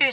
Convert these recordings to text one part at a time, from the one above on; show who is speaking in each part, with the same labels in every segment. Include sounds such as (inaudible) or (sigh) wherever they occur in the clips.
Speaker 1: 御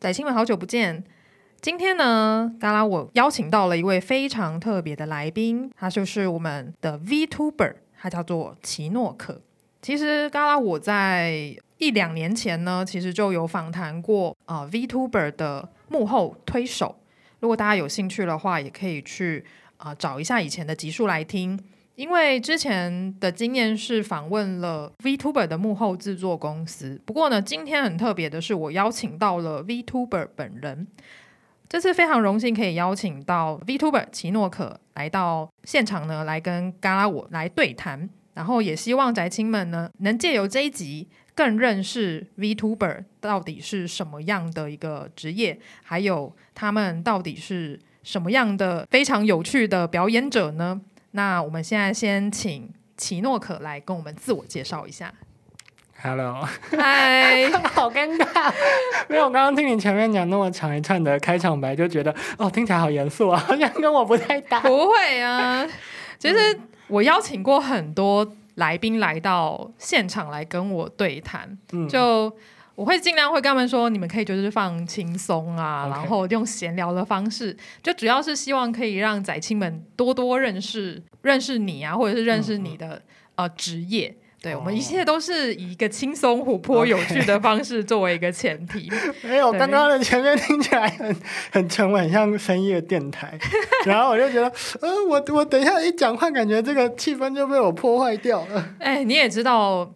Speaker 1: 宅青们，好久不见！今天呢，嘎啦我邀请到了一位非常特别的来宾，他就是我们的 VTuber，他叫做奇诺可。其实嘎啦我在一两年前呢，其实就有访谈过啊、呃 VTuber 的幕后推手。如果大家有兴趣的话，也可以去啊、呃找一下以前的集数来听。因为之前的经验是访问了 VTuber 的幕后制作公司，不过呢，今天很特别的是，我邀请到了 VTuber 本人。这次非常荣幸可以邀请到 VTuber 奇诺可来到现场呢，来跟嘎拉我来对谈，然后也希望宅青们呢能借由这一集更认识 VTuber 到底是什么样的一个职业，还有他们到底是什么样的非常有趣的表演者呢？那我们现在先请奇诺可来跟我们自我介绍一下。
Speaker 2: Hello，
Speaker 1: 嗨，
Speaker 2: (laughs) 好尴尬。 (laughs) 没有，我刚刚听你前面讲那么长一串的开场白，就觉得哦，听起来好严肃啊， (laughs) 好像跟我不太搭。
Speaker 1: 不会
Speaker 2: (laughs)
Speaker 1: 啊，其实
Speaker 2: 嗯
Speaker 1: 我邀请过很多来宾来到现场来跟我对谈，
Speaker 2: 嗯，
Speaker 1: 就我会尽量会跟他们说，你们可以就是放轻松啊
Speaker 2: OK
Speaker 1: 然后用闲聊的方式，就主要是希望可以让仔亲们多多认识认识你啊，或者是认识你的、呃职业。对，我们一
Speaker 2: 嗯哦
Speaker 1: 切都是以一个轻松、活泼、有趣的方式作为一个前提。
Speaker 2: (laughs) 没有，
Speaker 1: 对
Speaker 2: 刚刚的前面听起来很很沉稳，很像深夜电 (laughs) 台。然后我就觉得，呃，我我等一下一讲话，感觉这个气氛就被我破坏掉了。
Speaker 1: (laughs) 哎，你也知道，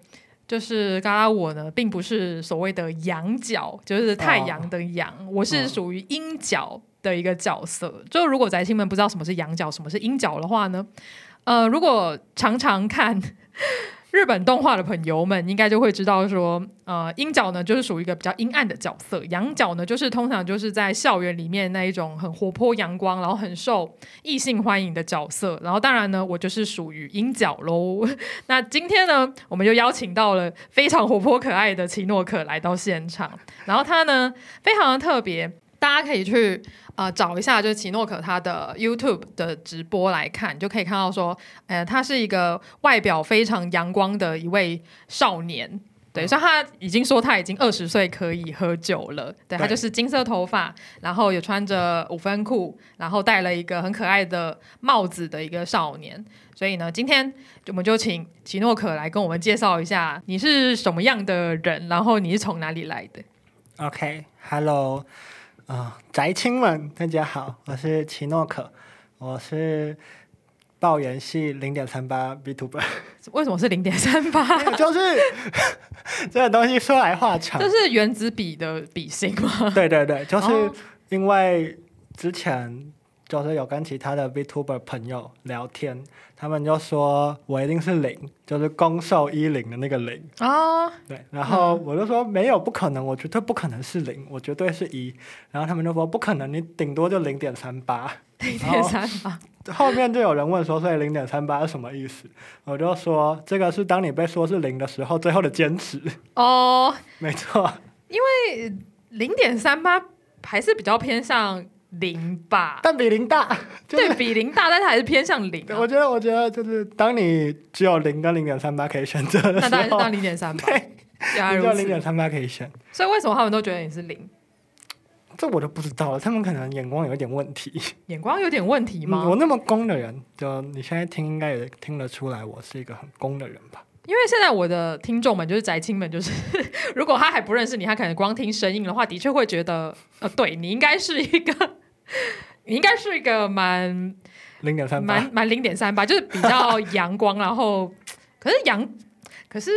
Speaker 1: 就是嘎拉我呢，并不是所谓的羊角，就是太阳的羊，我是
Speaker 2: 嗯
Speaker 1: 属于鹰角的一个角色。就如果宅青们不知道什么是羊角，什么是鹰角的话呢，呃，如果常常看 (laughs) 日本动画的朋友们，应该就会知道说，呃，鹰角呢就是属于一个比较阴暗的角色，羊角呢就是通常就是在校园里面那一种很活泼阳光，然后很受异性欢迎的角色。然后当然呢，我就是属于鹰角喽。那今天呢，我们就邀请到了非常活泼可爱的奇诺可来到现场，然后他呢非常的特别，大家可以去呃找一下，就是奇诺可他的 YouTube 的直播来看，你就可以看到说，呃，他是一个外表非常阳光的一位少年。对，像他已经说他已经二十岁可以喝酒了。对，他
Speaker 2: 对
Speaker 1: 就是金色头发，然后有穿着五分裤，然后戴了一个很可爱的帽子的一个少年。所以呢，今天我们就请奇诺可来跟我们介绍一下你是什么样的人，然后你是从哪里来的。
Speaker 2: OK，Hello，、啊、宅青们，大家好，我是奇诺可，我是爆炎系零点三八 B t u b e
Speaker 1: 为什么是零点三
Speaker 2: (laughs)
Speaker 1: 八？
Speaker 2: 没有哎就是这个东西说来话长
Speaker 1: 这。是原子笔的笔芯吗？
Speaker 2: 对对对，就是
Speaker 1: 哦
Speaker 2: 因为之前就是有跟其他的 Vtuber 朋友聊天，他们就说我一定是零，就是攻受一零的那个零。
Speaker 1: 啊，
Speaker 2: 对，然后我就说没有，不可能，我绝对不可能是零，我绝对是一。然后他们就说不可能，你顶多就零点三八。
Speaker 1: 零点三八。
Speaker 2: 后面就有人问说，所以零点三八是什么意思？我就说这个是当你被说是零的时候最后的坚持， (laughs)
Speaker 1: 哦，
Speaker 2: 没错。
Speaker 1: 零点三八还是比较偏向零吧，
Speaker 2: 但比
Speaker 1: (laughs)
Speaker 2: 零大，就是
Speaker 1: 对比零大，但是还是偏向零、
Speaker 2: 对，
Speaker 1: 啊
Speaker 2: (laughs) 我。觉得，我觉得就是当你只有零跟零点三八可以选择的
Speaker 1: 那当然
Speaker 2: 时
Speaker 1: 是
Speaker 2: 候
Speaker 1: 到，零点三
Speaker 2: (laughs)
Speaker 1: 八。原来
Speaker 2: 你只
Speaker 1: 如
Speaker 2: 有零点
Speaker 1: 此。
Speaker 2: 三八可以选，
Speaker 1: 所以为什么他们都觉得你是零？
Speaker 2: 这我就不知道了。他们可能眼光有一点问
Speaker 1: (laughs)
Speaker 2: 题。
Speaker 1: 眼光有点问题吗？
Speaker 2: 嗯我那么攻的人，就你现在听应该也听得出来，我是一个很攻的人吧？
Speaker 1: 因为现在我的听众们就是宅青们，就是 (laughs) 如果他还不认识你，他可能光听声音的话，的确会觉得，呃，对你应该是一个， (laughs) 你应该是一个蛮
Speaker 2: 零点三八
Speaker 1: 蛮蛮零点三吧，就是比较阳光，然后可是阳，可是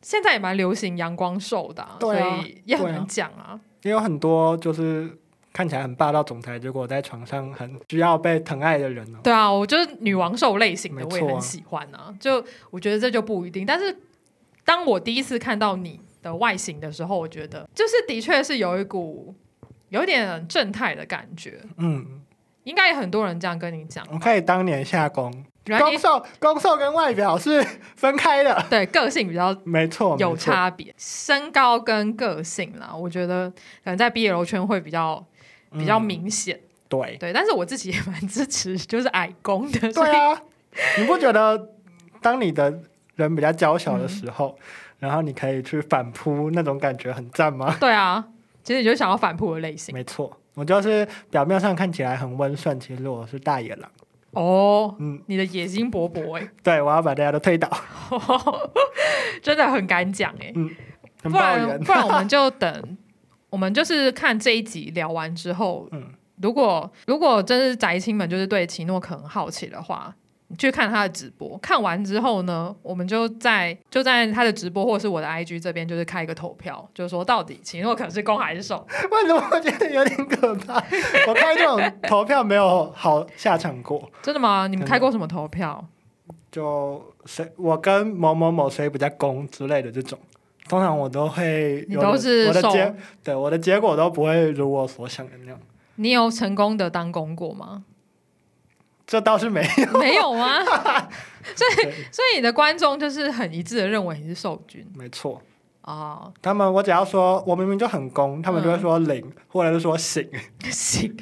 Speaker 1: 现在也蛮流行阳光瘦的、
Speaker 2: 对啊
Speaker 1: 所以也很
Speaker 2: 对
Speaker 1: 难
Speaker 2: 啊
Speaker 1: 讲啊。
Speaker 2: 也有很多就是看起来很霸道总裁，结果在床上很需要被疼爱的人哦。
Speaker 1: 对啊，我就是女王兽类型的，
Speaker 2: 没
Speaker 1: 我
Speaker 2: 错啊
Speaker 1: 也很喜欢啊。就我觉得这就不一定，但是当我第一次看到你的外形的时候，我觉得就是的确是有一股有点正太的感觉，
Speaker 2: 嗯，
Speaker 1: 应该也很多人这样跟你讲。
Speaker 2: 我可以当年下工，
Speaker 1: 然后
Speaker 2: 攻
Speaker 1: 你
Speaker 2: 受攻受跟外表是分开的，
Speaker 1: 对个性比较
Speaker 2: 哦没错，
Speaker 1: 有
Speaker 2: 没错，
Speaker 1: 差别，身高跟个性啦，我觉得可能在 BL 圈会比较比较
Speaker 2: 嗯
Speaker 1: 明显。
Speaker 2: 对，
Speaker 1: 对，但是我自己也蛮支持就是矮攻
Speaker 2: (laughs)
Speaker 1: 的，所以
Speaker 2: 对啊，你不觉得当你的人比较娇小的时候，
Speaker 1: 嗯
Speaker 2: 然后你可以去反扑那种感觉很赞吗？
Speaker 1: 对啊，其实你就想要反扑的类型
Speaker 2: 没错，我就是表面上看起来很温顺，其实我是大野狼。
Speaker 1: 哦。
Speaker 2: 嗯，
Speaker 1: 你的野心勃勃哎、
Speaker 2: 对，我要把大家都推倒，
Speaker 1: (laughs) 真的很敢讲哎、
Speaker 2: 很
Speaker 1: 不
Speaker 2: 抱
Speaker 1: 然
Speaker 2: 怨。
Speaker 1: 不然我们就等，我们就是看这一集聊完之后，
Speaker 2: 嗯
Speaker 1: 如果如果真是宅青们就是对奇诺可很好奇的话，你去看他的直播，看完之后呢，我们就在就在他的直播或是我的 IG 这边就是开一个投票，就是说到底奇诺可是攻还是受？
Speaker 2: (laughs) 为什么我觉得有点可
Speaker 1: (laughs)
Speaker 2: 怕？我开这种投票没有好下场过，
Speaker 1: 真的吗？你们
Speaker 2: 真的
Speaker 1: 开过什么投票？
Speaker 2: 就谁我跟某某某谁比较攻之类的这种，通常我都会
Speaker 1: 你
Speaker 2: 有的
Speaker 1: 都是
Speaker 2: 我的
Speaker 1: 受
Speaker 2: 结对我的结果都不会如我所想的那样，
Speaker 1: 你有成功的当公过吗？
Speaker 2: 这倒是没
Speaker 1: (laughs)
Speaker 2: 有。
Speaker 1: 没有吗？所以
Speaker 2: 对
Speaker 1: 所以你的观众就是很一致的认为你是受君
Speaker 2: (laughs) 没错，
Speaker 1: 哦，
Speaker 2: 他们我只要说我明明就很攻，他们就会说零，或者是说醒， (laughs)
Speaker 1: 行，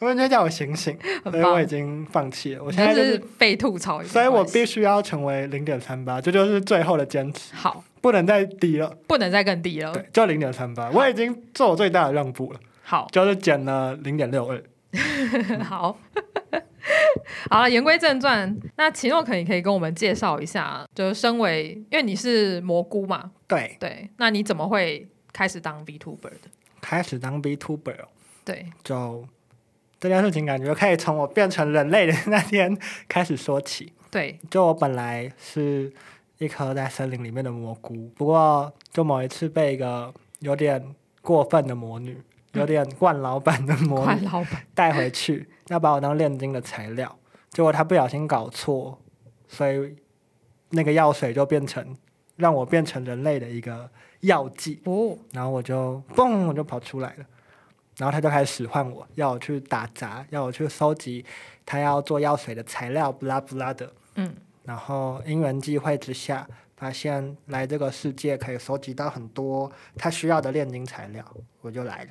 Speaker 2: 他们就叫我醒醒，
Speaker 1: 很
Speaker 2: 所以我
Speaker 1: 棒
Speaker 2: 已。经放弃了。我
Speaker 1: 你
Speaker 2: 现在
Speaker 1: 就
Speaker 2: 就是
Speaker 1: 是被吐槽也没关系，
Speaker 2: 所以我必须要成为零点三八，这就是最后的坚持，
Speaker 1: 好，
Speaker 2: 不能再低了。
Speaker 1: 不能再更低了。
Speaker 2: 对，就零点三八，我已经做我最大的让步了，
Speaker 1: 好，
Speaker 2: 就是减了零点六二。嗯
Speaker 1: 好， (laughs) 好了。言归正传，那奇诺可以可以跟我们介绍一下，就是身为因为你是蘑菇嘛，
Speaker 2: 对，
Speaker 1: 对，那你怎么会开始当 VTuber 的？
Speaker 2: 开始当 B Tuber 哦
Speaker 1: 对，
Speaker 2: 就这件事情，感觉可以从我变成人类的那天开始说起。
Speaker 1: 对，
Speaker 2: 就我本来是一颗在森林里面的蘑菇，不过就某一次被一个有点过分的魔女，有点惯老板的
Speaker 1: (laughs)
Speaker 2: 魔
Speaker 1: 快
Speaker 2: 女
Speaker 1: 老板
Speaker 2: 带回去，要把我当炼金的材料。结果她不小心搞错，所以那个药水就变成让我变成人类的一个药剂，
Speaker 1: 哦，
Speaker 2: 然后我就嘣，我就跑出来了。然后她就开始使唤我，要我去打杂，要我去收集她要做药水的材料，不拉不拉的。
Speaker 1: 嗯，
Speaker 2: 然后因缘际会之下，发现来这个世界可以收集到很多他需要的炼金材料，我就来了。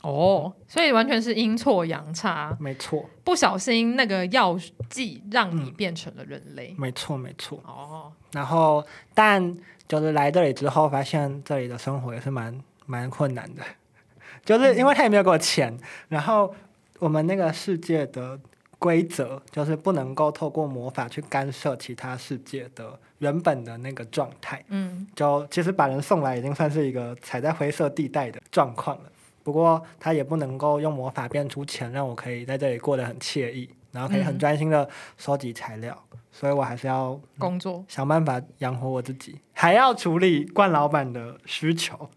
Speaker 1: 哦，所以完全是阴错阳差，
Speaker 2: 没错，
Speaker 1: 不小心那个药剂让你变成了人类。
Speaker 2: 没错，没错。
Speaker 1: 哦，
Speaker 2: 然后，但就是来这里之后，发现这里的生活也是蛮蛮困难的， (laughs) 就是因为他也没有给我钱，然后我们那个世界的规则就是不能够透过魔法去干涉其他世界的原本的那个状态。
Speaker 1: 嗯，
Speaker 2: 就其实把人送来已经算是一个踩在灰色地带的状况了。不过他也不能够用魔法变出钱，让我可以在这里过得很惬意，然后可以很
Speaker 1: 嗯
Speaker 2: 专心的收集材料，所以我还是要
Speaker 1: 工作
Speaker 2: 想办法养活我自己，还要处理冠老板的需求。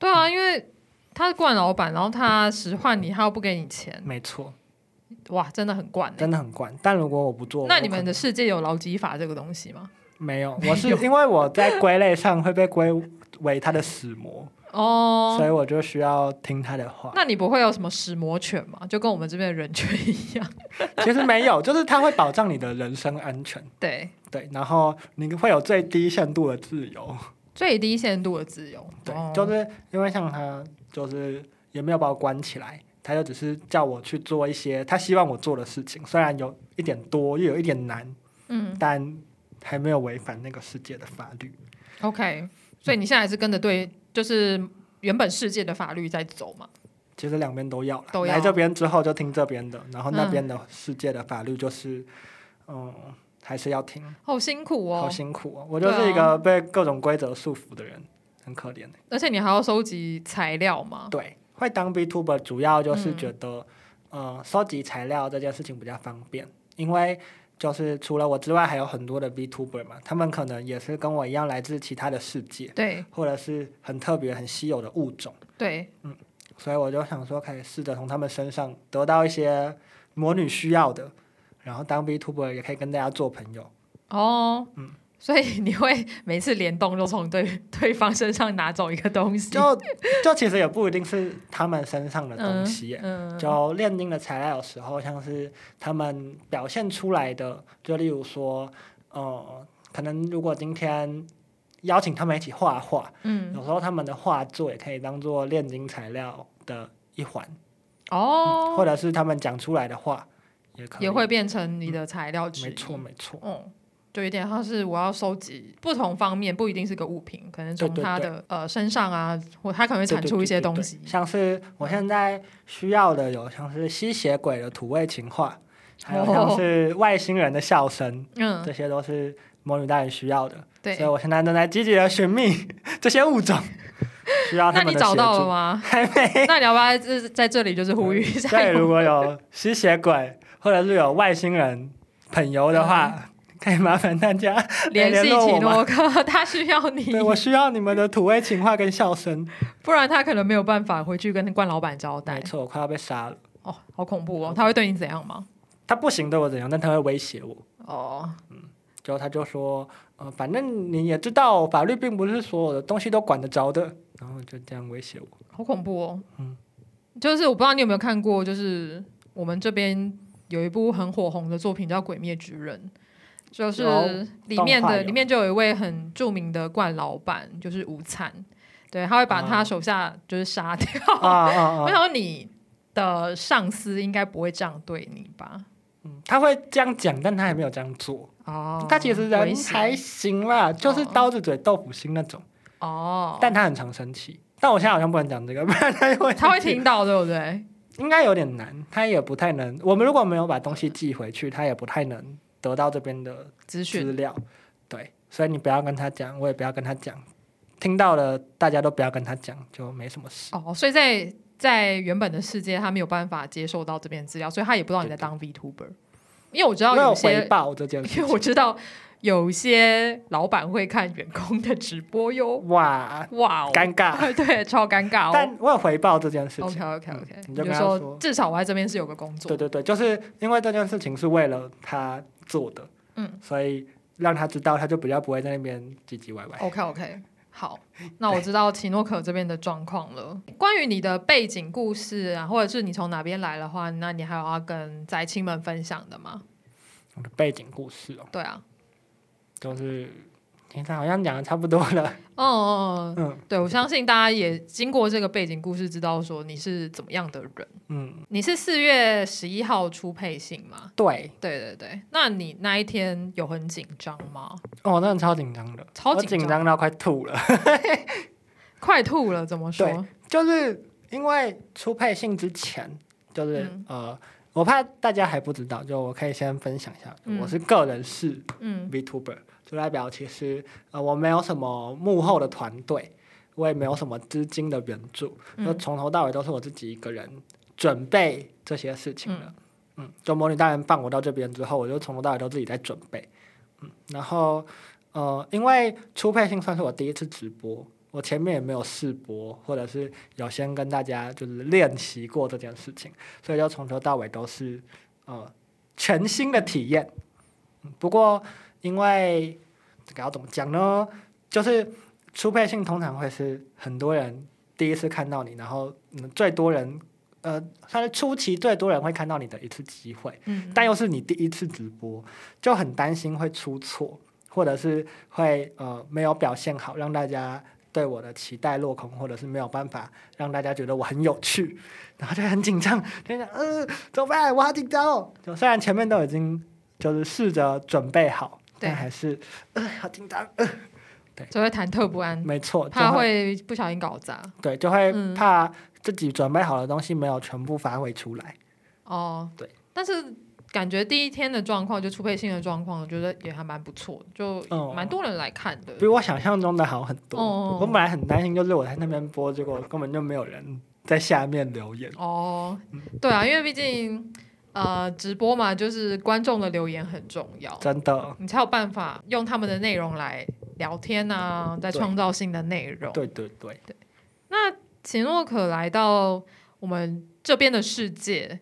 Speaker 1: 对啊，因为他是惯老板，然后他使唤你，他又不给你钱，
Speaker 2: 没错，
Speaker 1: 哇，真的很惯、欸。
Speaker 2: 真的很惯。但如果我不做，
Speaker 1: 那
Speaker 2: 我
Speaker 1: 你们
Speaker 2: 可
Speaker 1: 的
Speaker 2: 能
Speaker 1: 世界有劳基法这个东西吗？
Speaker 2: 没有，
Speaker 1: (laughs)
Speaker 2: 我是因为我在归类上会被归为他的死魔，所
Speaker 1: 哦，
Speaker 2: 以我就需要听他的话。
Speaker 1: 那你不会有什么使魔犬吗？就跟我们这边的人权 (laughs) 一样。
Speaker 2: 其实没有，就是他会保障你的人身安全。
Speaker 1: 对，
Speaker 2: 对，然后你会有最低限度的自由。
Speaker 1: 最低限度的自由。
Speaker 2: 对，
Speaker 1: 哦
Speaker 2: 就是因为像他，就是也没有把我关起来，他就只是叫我去做一些他希望我做的事情，虽然有一点多，又有一点难，
Speaker 1: 嗯
Speaker 2: 但还没有违反那个世界的法律。
Speaker 1: ，OK。所以你现在还是跟着对，就是原本世界的法律在走嘛。
Speaker 2: 其实两边都要了，
Speaker 1: 都
Speaker 2: 来
Speaker 1: 要
Speaker 2: 这边之后就听这边的，然后那
Speaker 1: 嗯
Speaker 2: 边的世界的法律就是，嗯，还是要听。
Speaker 1: 好辛苦
Speaker 2: 好
Speaker 1: 哦，
Speaker 2: 辛苦哦，我就
Speaker 1: 对
Speaker 2: 是一
Speaker 1: 啊
Speaker 2: 个被各种规则束缚的人，很可怜。
Speaker 1: 而且你还要收集材料嘛。
Speaker 2: 对，会当 B Tuber 主要就是
Speaker 1: 嗯
Speaker 2: 觉得，呃，收集材料这件事情比较方便，因为就是除了我之外，还有很多的 B Tuber 嘛，他们可能也是跟我一样来自其他的世界，
Speaker 1: 对
Speaker 2: 或者是很特别、很稀有的物种，
Speaker 1: 对，
Speaker 2: 所以我就想说，可以试着从他们身上得到一些 e 魔女需要的，然后当 B Tuber 也可以跟大家做朋友。
Speaker 1: 哦，所以你会每次联动就从对对方身上拿走一个东西，
Speaker 2: 就就其实也不一定是他们身上的东西耶。
Speaker 1: 嗯，嗯
Speaker 2: 就练兵的材料，有时候像是他们表现出来的，就例如说，呃，可能如果今天邀请他们一起画画，
Speaker 1: 嗯
Speaker 2: 有时候他们的画作也可以当做炼金材料的一环，
Speaker 1: 哦，
Speaker 2: 或者是他们讲出来的话也可以。
Speaker 1: 也会变成你的材料之一
Speaker 2: 嗯没错，没错，
Speaker 1: 嗯，就有点像是我要收集不同方面，不一定是个物品，可能从
Speaker 2: 对对
Speaker 1: 他的
Speaker 2: 对
Speaker 1: 呃身上啊，或他可能会产出一些东西
Speaker 2: 对对对对。像是我现在需要的有像是吸血鬼的土味情话，
Speaker 1: 哦
Speaker 2: 还有像是外星人的笑声，
Speaker 1: 嗯，
Speaker 2: 这些都是魔女大人需要的。所以
Speaker 1: 对。
Speaker 2: 我现在正在积极的
Speaker 1: (laughs)
Speaker 2: 寻觅这些物种，需要
Speaker 1: 那
Speaker 2: 他
Speaker 1: 你
Speaker 2: 们的协
Speaker 1: 找到了
Speaker 2: 助。 (laughs)
Speaker 1: 吗？(laughs)
Speaker 2: 还没。
Speaker 1: 那你要不要在在这里就是呼吁一下？
Speaker 2: 对，如果有吸血鬼或者是有外星人朋友的话，可以麻烦大
Speaker 1: (laughs)
Speaker 2: 家
Speaker 1: 嗯联系
Speaker 2: 联络
Speaker 1: 奇
Speaker 2: 我
Speaker 1: 诺
Speaker 2: 吗
Speaker 1: 克， (laughs) 他需要你，
Speaker 2: 对我需要你们的土味情话跟笑声。
Speaker 1: 不然他可能没有办法回去跟冠老板交代
Speaker 2: 没。错，我快要被杀了。
Speaker 1: 哦，好恐怖哦！他会对你怎样吗？
Speaker 2: 他不行对我怎样，但他会威胁我。
Speaker 1: 哦，
Speaker 2: 之后他就说，呃，反正你也知道，法律并不是所有的东西都管得着的。然后就这样威胁我。
Speaker 1: 好恐怖哦。
Speaker 2: 嗯
Speaker 1: 就是我不知道你有没有看过，就是我们这边有一部很火红的作品叫《鬼灭之刃》，就是
Speaker 2: 有
Speaker 1: 里面
Speaker 2: 动画
Speaker 1: 的
Speaker 2: 有
Speaker 1: 里面就有一位很著名的冠老板，就是无惨，对，他会把他
Speaker 2: 啊
Speaker 1: 手下就是杀掉。
Speaker 2: 啊
Speaker 1: (laughs)
Speaker 2: 啊
Speaker 1: 我
Speaker 2: 啊！
Speaker 1: 想说你的上司应该不会这样对你吧？
Speaker 2: 嗯他会这样讲，但他也没有这样做。
Speaker 1: 哦，
Speaker 2: 他其实人
Speaker 1: 危险
Speaker 2: 还行啦，就是
Speaker 1: 哦
Speaker 2: 刀子嘴豆腐心那种。
Speaker 1: 哦，
Speaker 2: 但他很常生气。但我现在好像不能讲这个，不 (laughs) 然他会
Speaker 1: 他会听到对不对？
Speaker 2: 应该有点难，他也不太能。我们如果没有把东西寄回去，他也不太能得到这边的
Speaker 1: 资
Speaker 2: 资
Speaker 1: 讯
Speaker 2: 料。对，所以你不要跟他讲，我也不要跟他讲。听到了，大家都不要跟他讲，就没什么事。
Speaker 1: 哦，所以在在原本的世界，他没有办法接受到这边的资料，所以他也不知道你在当 VTuber。因为我知道
Speaker 2: 没有
Speaker 1: (laughs)
Speaker 2: 回
Speaker 1: 些，
Speaker 2: 报这件事
Speaker 1: 因为我
Speaker 2: 情。
Speaker 1: 知道有些老板会看员工的直播哟。
Speaker 2: 哇，
Speaker 1: 哇哦， (laughs)
Speaker 2: 尴尬。
Speaker 1: 对，超尴尬哦。
Speaker 2: 但我有回报这件事
Speaker 1: OK
Speaker 2: 情。
Speaker 1: OK OK，
Speaker 2: 你就跟他
Speaker 1: 说
Speaker 2: 说
Speaker 1: 至少我在这边是有个工作
Speaker 2: 对。对对，就是因为这件事情是为了他做的，
Speaker 1: 嗯，
Speaker 2: 所以让他知道，他就比较不会在那边唧唧歪歪。
Speaker 1: OK OK，好，
Speaker 2: (laughs)
Speaker 1: 那我知道奇诺可这边的状况了。关于你的背景故事啊，或者是你从哪边来的话，那你还有要跟宅青们分享的吗？
Speaker 2: 我的背景故事哦，
Speaker 1: 对啊，
Speaker 2: 就是平常好像讲的差不多了。
Speaker 1: 哦哦，哦
Speaker 2: 嗯
Speaker 1: 对我相信大家也经过这个背景故事，知道说你是怎么样的人。
Speaker 2: 嗯，
Speaker 1: 你是四月十一号出配信吗？
Speaker 2: 对，
Speaker 1: 对对对，那你那一天有很紧张吗？
Speaker 2: 哦，那超紧张的，
Speaker 1: 超
Speaker 2: 我
Speaker 1: 紧张
Speaker 2: 紧张到快吐了。
Speaker 1: 快吐了，怎么说
Speaker 2: 对？就是因为出配信之前，就是、
Speaker 1: 嗯
Speaker 2: 呃，我怕大家还不知道，就我可以先分享一下，
Speaker 1: 嗯
Speaker 2: 我是个人是
Speaker 1: 嗯
Speaker 2: VTuber，就代表其实呃我没有什么幕后的团队，我也没有什么资金的援助，就
Speaker 1: 嗯
Speaker 2: 从头到尾都是我自己一个人准备这些事情的。嗯就魔女大人放我到这边之后，我就从头到尾都自己在准备。嗯，然后呃，因为初配信算是我第一次直播，我前面也没有试播，或者是有先跟大家就是练习过这件事情，所以就从头到尾都是呃全新的体验。嗯不过因为这个要怎么讲呢？就是初配信通常会是很多人第一次看到你，然后嗯最多人呃算是初期最多人会看到你的一次机会，
Speaker 1: 嗯，
Speaker 2: 但又是你第一次直播，就很担心会出错，或者是会呃没有表现好，让大家对我的期待落空，或者是没有办法让大家觉得我很有趣，然后就很紧张，就想嗯、呃、怎么办？我好紧张哦！就虽然前面都已经就是试着准备好，
Speaker 1: 对
Speaker 2: 但还是呃好紧张，呃
Speaker 1: 就会忐忑不安，
Speaker 2: 没错，
Speaker 1: 怕
Speaker 2: 嗯就
Speaker 1: 会不小心搞砸。
Speaker 2: 对，就会
Speaker 1: 嗯
Speaker 2: 怕自己准备好的东西没有全部发挥出来。
Speaker 1: 哦，
Speaker 2: 对，
Speaker 1: 但是感觉第一天的状况，就初配信的状况，我觉得也还蛮不错，就
Speaker 2: 哦
Speaker 1: 蛮多人来看的。
Speaker 2: 比我想象中的好很多。
Speaker 1: 哦
Speaker 2: 我本来很担心，就是我在那边播，结果根本就没有人在下面留言。
Speaker 1: 哦，对啊，因为毕竟呃，直播嘛，就是观众的留言很重要，
Speaker 2: 真的，
Speaker 1: 你才有办法用他们的内容来聊天啊，再
Speaker 2: 对
Speaker 1: 创造新的内容。
Speaker 2: 对对对，
Speaker 1: 那秦洛可来到我们这边的世界，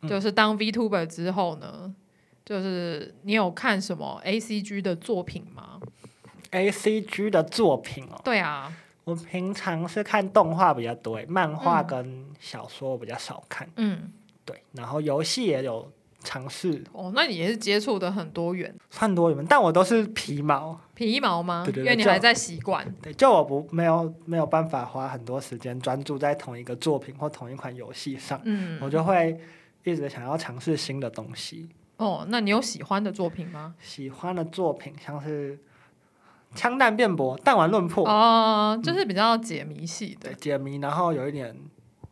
Speaker 2: 嗯
Speaker 1: 就是当 VTuber 之后呢，就是你有看什么 A C G 的作品吗？
Speaker 2: A C G 的作品哦，
Speaker 1: 对啊，
Speaker 2: 我平常是看动画比较多，漫画跟小说我比较少看。
Speaker 1: 嗯，
Speaker 2: 对，然后游戏也有尝试
Speaker 1: 哦，那你也是接触的很多元，
Speaker 2: 算多元，但我都是皮毛。
Speaker 1: 皮毛吗？
Speaker 2: 对对对
Speaker 1: 因为你
Speaker 2: 这样
Speaker 1: 还在习惯，
Speaker 2: 对，就我不没有没有办法花很多时间专注在同一个作品或同一款游戏上，
Speaker 1: 嗯，
Speaker 2: 我就会一直想要尝试新的东西。
Speaker 1: 哦，那你有喜欢的作品吗？
Speaker 2: 喜欢的作品像是《枪弹辩驳》《弹丸论破》
Speaker 1: 哦，就是比较解谜系的
Speaker 2: 对，，解谜，然后有一点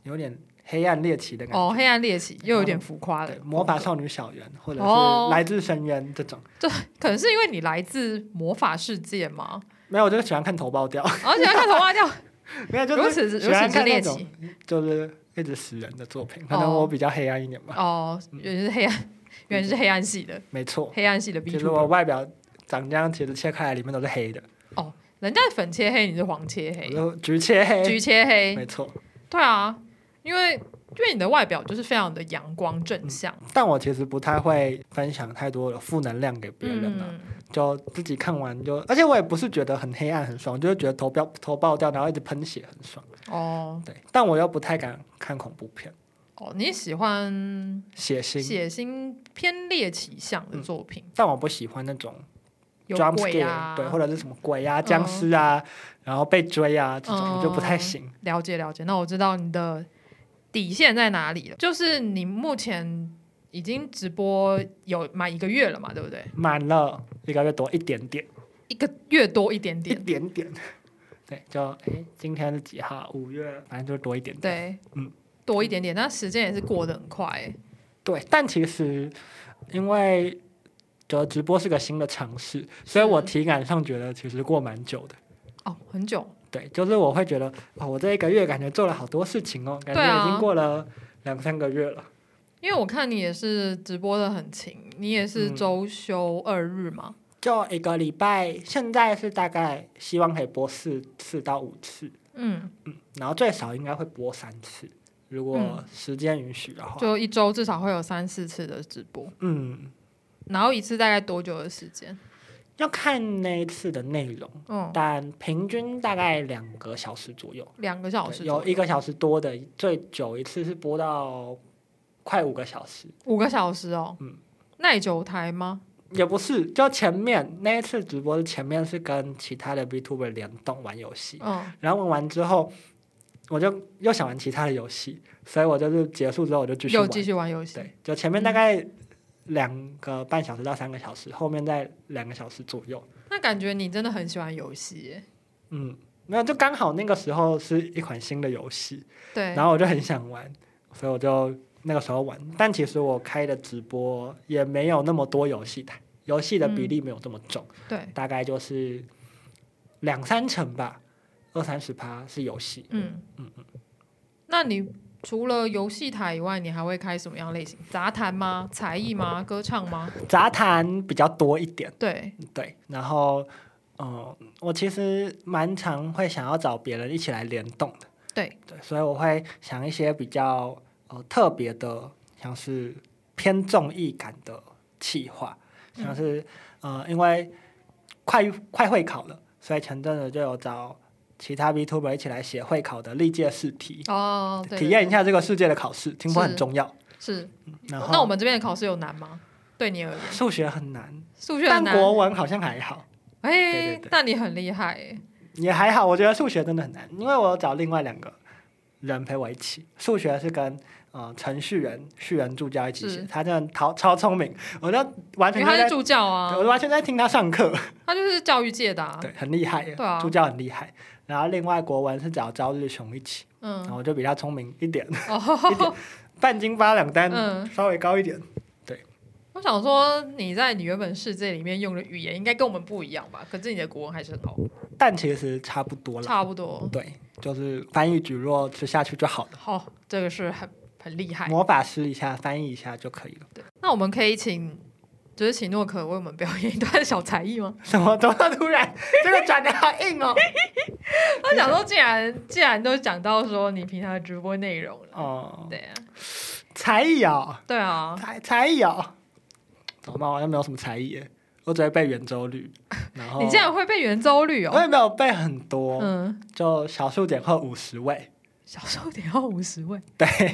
Speaker 2: 有点黑暗猎奇的感觉。
Speaker 1: 哦，黑暗猎奇又有点浮夸了
Speaker 2: 对，，魔法少女小圆，或者
Speaker 1: 哦
Speaker 2: 是来自深渊这种，
Speaker 1: 可能是因为你来自魔法世界嘛，
Speaker 2: 没有，我就喜欢看头爆掉， (laughs)
Speaker 1: 而且看童话叫
Speaker 2: 没有， (laughs) 就
Speaker 1: 如
Speaker 2: 是
Speaker 1: 此之
Speaker 2: 喜
Speaker 1: 如此
Speaker 2: 欢
Speaker 1: 之
Speaker 2: 看
Speaker 1: 猎
Speaker 2: 那种
Speaker 1: 奇，
Speaker 2: 就是一直死人的作品，可能
Speaker 1: 哦
Speaker 2: 我比较黑暗一点吧，
Speaker 1: 哦，原来是黑
Speaker 2: (laughs)
Speaker 1: 暗，原来是黑暗系的，
Speaker 2: 没错，
Speaker 1: 黑暗系的 B
Speaker 2: 其
Speaker 1: 主
Speaker 2: 实我外表长这样，其实切开来里面都是黑的，
Speaker 1: 人家粉切黑，你是黄切
Speaker 2: 我
Speaker 1: 黑，
Speaker 2: 就橘切黑，
Speaker 1: 橘切黑，
Speaker 2: 没错，
Speaker 1: 对啊，因为因为你的外表就是非常的阳光正向，
Speaker 2: 但我其实不太会分享太多的负能量给别人啊，
Speaker 1: 嗯，
Speaker 2: 就自己看完就，而且我也不是觉得很黑暗很爽，就是觉得头爆头爆掉，然后一直喷血很爽，
Speaker 1: 哦
Speaker 2: 对，但我又不太敢看恐怖片，
Speaker 1: 哦，你喜欢
Speaker 2: 血腥。
Speaker 1: 血腥偏猎奇向的作品，
Speaker 2: 但我不喜欢那种
Speaker 1: 有
Speaker 2: 嗯 jump
Speaker 1: 鬼
Speaker 2: scare，、
Speaker 1: 啊，
Speaker 2: 对，或者是什么鬼啊、
Speaker 1: 嗯
Speaker 2: 僵尸啊，然后被追啊这种，
Speaker 1: 嗯
Speaker 2: 我就不太行。
Speaker 1: 了解了解，那我知道你的底线在哪里了。就是你目前已经直播有满一个月了嘛，对不对？
Speaker 2: 满了一个月多一点点，
Speaker 1: 一个月多一点
Speaker 2: 一
Speaker 1: 点，
Speaker 2: 点点。对，就哎，今天是几号？五月，反正就多一点点。
Speaker 1: 对，
Speaker 2: 嗯，
Speaker 1: 多一点点，但时间也是过得很快欸。
Speaker 2: 对，但其实因为就直播是个新的尝试，所以
Speaker 1: 嗯
Speaker 2: 我体感上觉得其实过蛮久的。
Speaker 1: 哦，很久，
Speaker 2: 对，就是我会觉得哦，我这一个月感觉做了好多事情哦，感
Speaker 1: 对啊
Speaker 2: 觉已经过了两三个月了。
Speaker 1: 因为我看你也是直播的很勤，你也是
Speaker 2: 嗯
Speaker 1: 周休二日嘛。
Speaker 2: 就一个礼拜，现在是大概希望可以播四次到五次，
Speaker 1: 嗯，
Speaker 2: 然后最少应该会播三次，如果
Speaker 1: 嗯
Speaker 2: 时间允许的话。
Speaker 1: 就一周至少会有三四次的直播，
Speaker 2: 嗯，
Speaker 1: 然后一次大概多久的时间？
Speaker 2: 要看那一次的内容，
Speaker 1: 嗯，
Speaker 2: 但平均大概两个小时左右，
Speaker 1: 两个小
Speaker 2: 对
Speaker 1: 时左右，
Speaker 2: 有一个小时多的，最久一次是播到快五个小时，
Speaker 1: 五个小时哦。
Speaker 2: 嗯，
Speaker 1: 耐久台吗？
Speaker 2: 也不是，就前面那一次直播的前面是跟其他的 VTuber 联动玩游戏，
Speaker 1: 嗯，
Speaker 2: 然后玩完之后，我就又想玩其他的游戏，所以我就是结束之后我就继续
Speaker 1: 又
Speaker 2: 玩。
Speaker 1: 继续玩游戏。
Speaker 2: 对，就前面大概两个半小时到三个小时，后面再两个小时左右。
Speaker 1: 那感觉你真的很喜欢游戏耶，
Speaker 2: 嗯，没有，就刚好那个时候是一款新的游戏，
Speaker 1: 对，
Speaker 2: 然后我就很想玩，所以我就那个时候玩。但其实我开的直播也没有那么多游戏台，游戏的比例没有这么重，
Speaker 1: 对，
Speaker 2: 大概就是两三成吧，二三十趴是游戏。
Speaker 1: 嗯
Speaker 2: 嗯
Speaker 1: 那你除了游戏台以外，你还会开什么样类型？杂谈吗？才艺吗？歌唱吗？
Speaker 2: 杂谈比较多一点，
Speaker 1: 对，
Speaker 2: 对。然后，嗯，我其实蛮常会想要找别人一起来联动的，
Speaker 1: 对，
Speaker 2: 对，所以我会想一些比较呃特别的，像是偏综艺感的企划，
Speaker 1: 嗯
Speaker 2: 像是、呃，因为快快会考了，所以前阵子就有找其他 Vtuber 一起来写会考的历届试题，
Speaker 1: 哦，对，
Speaker 2: 体
Speaker 1: 对
Speaker 2: 验一下这个世界的考试，听说很
Speaker 1: 是
Speaker 2: 重要。
Speaker 1: 是。
Speaker 2: 然后，
Speaker 1: 那我们这边的考试有难吗？对你而言，
Speaker 2: 数学很难，
Speaker 1: 数学很
Speaker 2: 但
Speaker 1: 难。
Speaker 2: 国文好像还好。对
Speaker 1: 哎
Speaker 2: 对对，
Speaker 1: 那你很厉害耶，
Speaker 2: 也还好，我觉得数学真的很难，因为我有找另外两个人陪我一起。数学是跟呃程序员、序员助教一起
Speaker 1: 是，
Speaker 2: 写他真的超超聪明，我就完
Speaker 1: 因
Speaker 2: 全
Speaker 1: 为
Speaker 2: 就
Speaker 1: 他
Speaker 2: 在
Speaker 1: 是，助教啊
Speaker 2: 对，我完全在听他上课，
Speaker 1: 他就是教育界的啊。
Speaker 2: 对，很厉害耶，
Speaker 1: 对啊
Speaker 2: 助教很厉害。然后另外国文是找朝日雄一起，
Speaker 1: 嗯
Speaker 2: 然，后我就比他聪明一点，一点
Speaker 1: 哦，
Speaker 2: 半斤八两，但
Speaker 1: 嗯
Speaker 2: 稍微高一点。
Speaker 1: 我想说你在你原本世界里面用的语言应该跟我们不一样吧？可是你的国文还是很好，
Speaker 2: 但其实差不多了，
Speaker 1: 差不多。
Speaker 2: 对，就是翻译举弱吃下去就好了，
Speaker 1: 好、这个是很很厉害。
Speaker 2: 魔法师一下翻译一下就可以了，
Speaker 1: 那我们可以请，就是请诺可为我们表演一段小才艺吗？
Speaker 2: 什么都突然这个转的好
Speaker 1: (laughs)
Speaker 2: 硬哦。
Speaker 1: 他想说，既然既然都讲到说你平常的直播内容了，
Speaker 2: 哦，
Speaker 1: 对啊，
Speaker 2: 才艺啊、
Speaker 1: 对啊，
Speaker 2: 才才艺啊、怎么办？我好像没有什么才艺耶，我只会背圆周率，然后
Speaker 1: 你竟然会背圆周率
Speaker 2: 我
Speaker 1: 哦？
Speaker 2: 也没有背很多，
Speaker 1: 嗯，
Speaker 2: 就小数点后五十位，
Speaker 1: 小时候得要五十位，
Speaker 2: (laughs)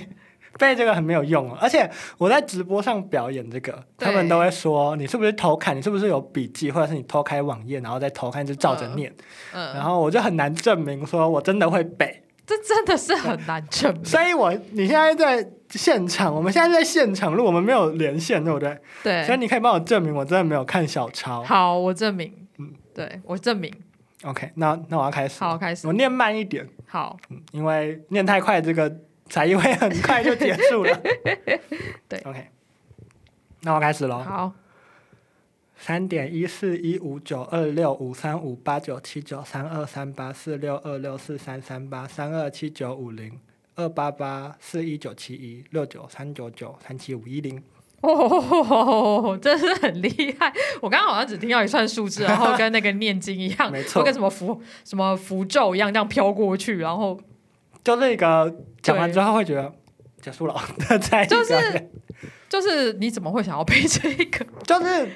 Speaker 2: 背这个很没有用哦。而且我在直播上表演这个，
Speaker 1: 对
Speaker 2: 他们都会说你是不是偷看，你是不是有笔记，或者是你偷开网页然后再偷看，就照着念。然
Speaker 1: 嗯，
Speaker 2: 后我就很难证明说我真的会背，
Speaker 1: 这真的是很难证明。
Speaker 2: 所以我你现在在现场，我们现在在现场录，我们没有连线，对不对？所以
Speaker 1: 对，
Speaker 2: 你可以帮我证明我真的没有看小抄。
Speaker 1: 好，我证明
Speaker 2: 嗯，
Speaker 1: 对我证明，
Speaker 2: OK，那那我要开始了，
Speaker 1: 好，开始
Speaker 2: 我，念慢一点，
Speaker 1: 好，
Speaker 2: 嗯，因为念太快这个才艺会很快就结束了。
Speaker 1: (laughs) 对
Speaker 2: ，OK，那我开始喽。
Speaker 1: 好，
Speaker 2: 三点一四一五九二六五三五八九七九三二三八四六二六四三三八三二七九五零二八八四一九七一六九三九九三七五一零。
Speaker 1: 哦，真是很厉害！我刚刚好像只听到一串数字，然后跟那个念经一样，
Speaker 2: 没错
Speaker 1: 或跟什么符什么符咒一样，这样飘过去，然后
Speaker 2: 就那个讲完之后会觉得结束了， (laughs) 再一个
Speaker 1: 就是就是你怎么会想要背这个？ (laughs)
Speaker 2: 就是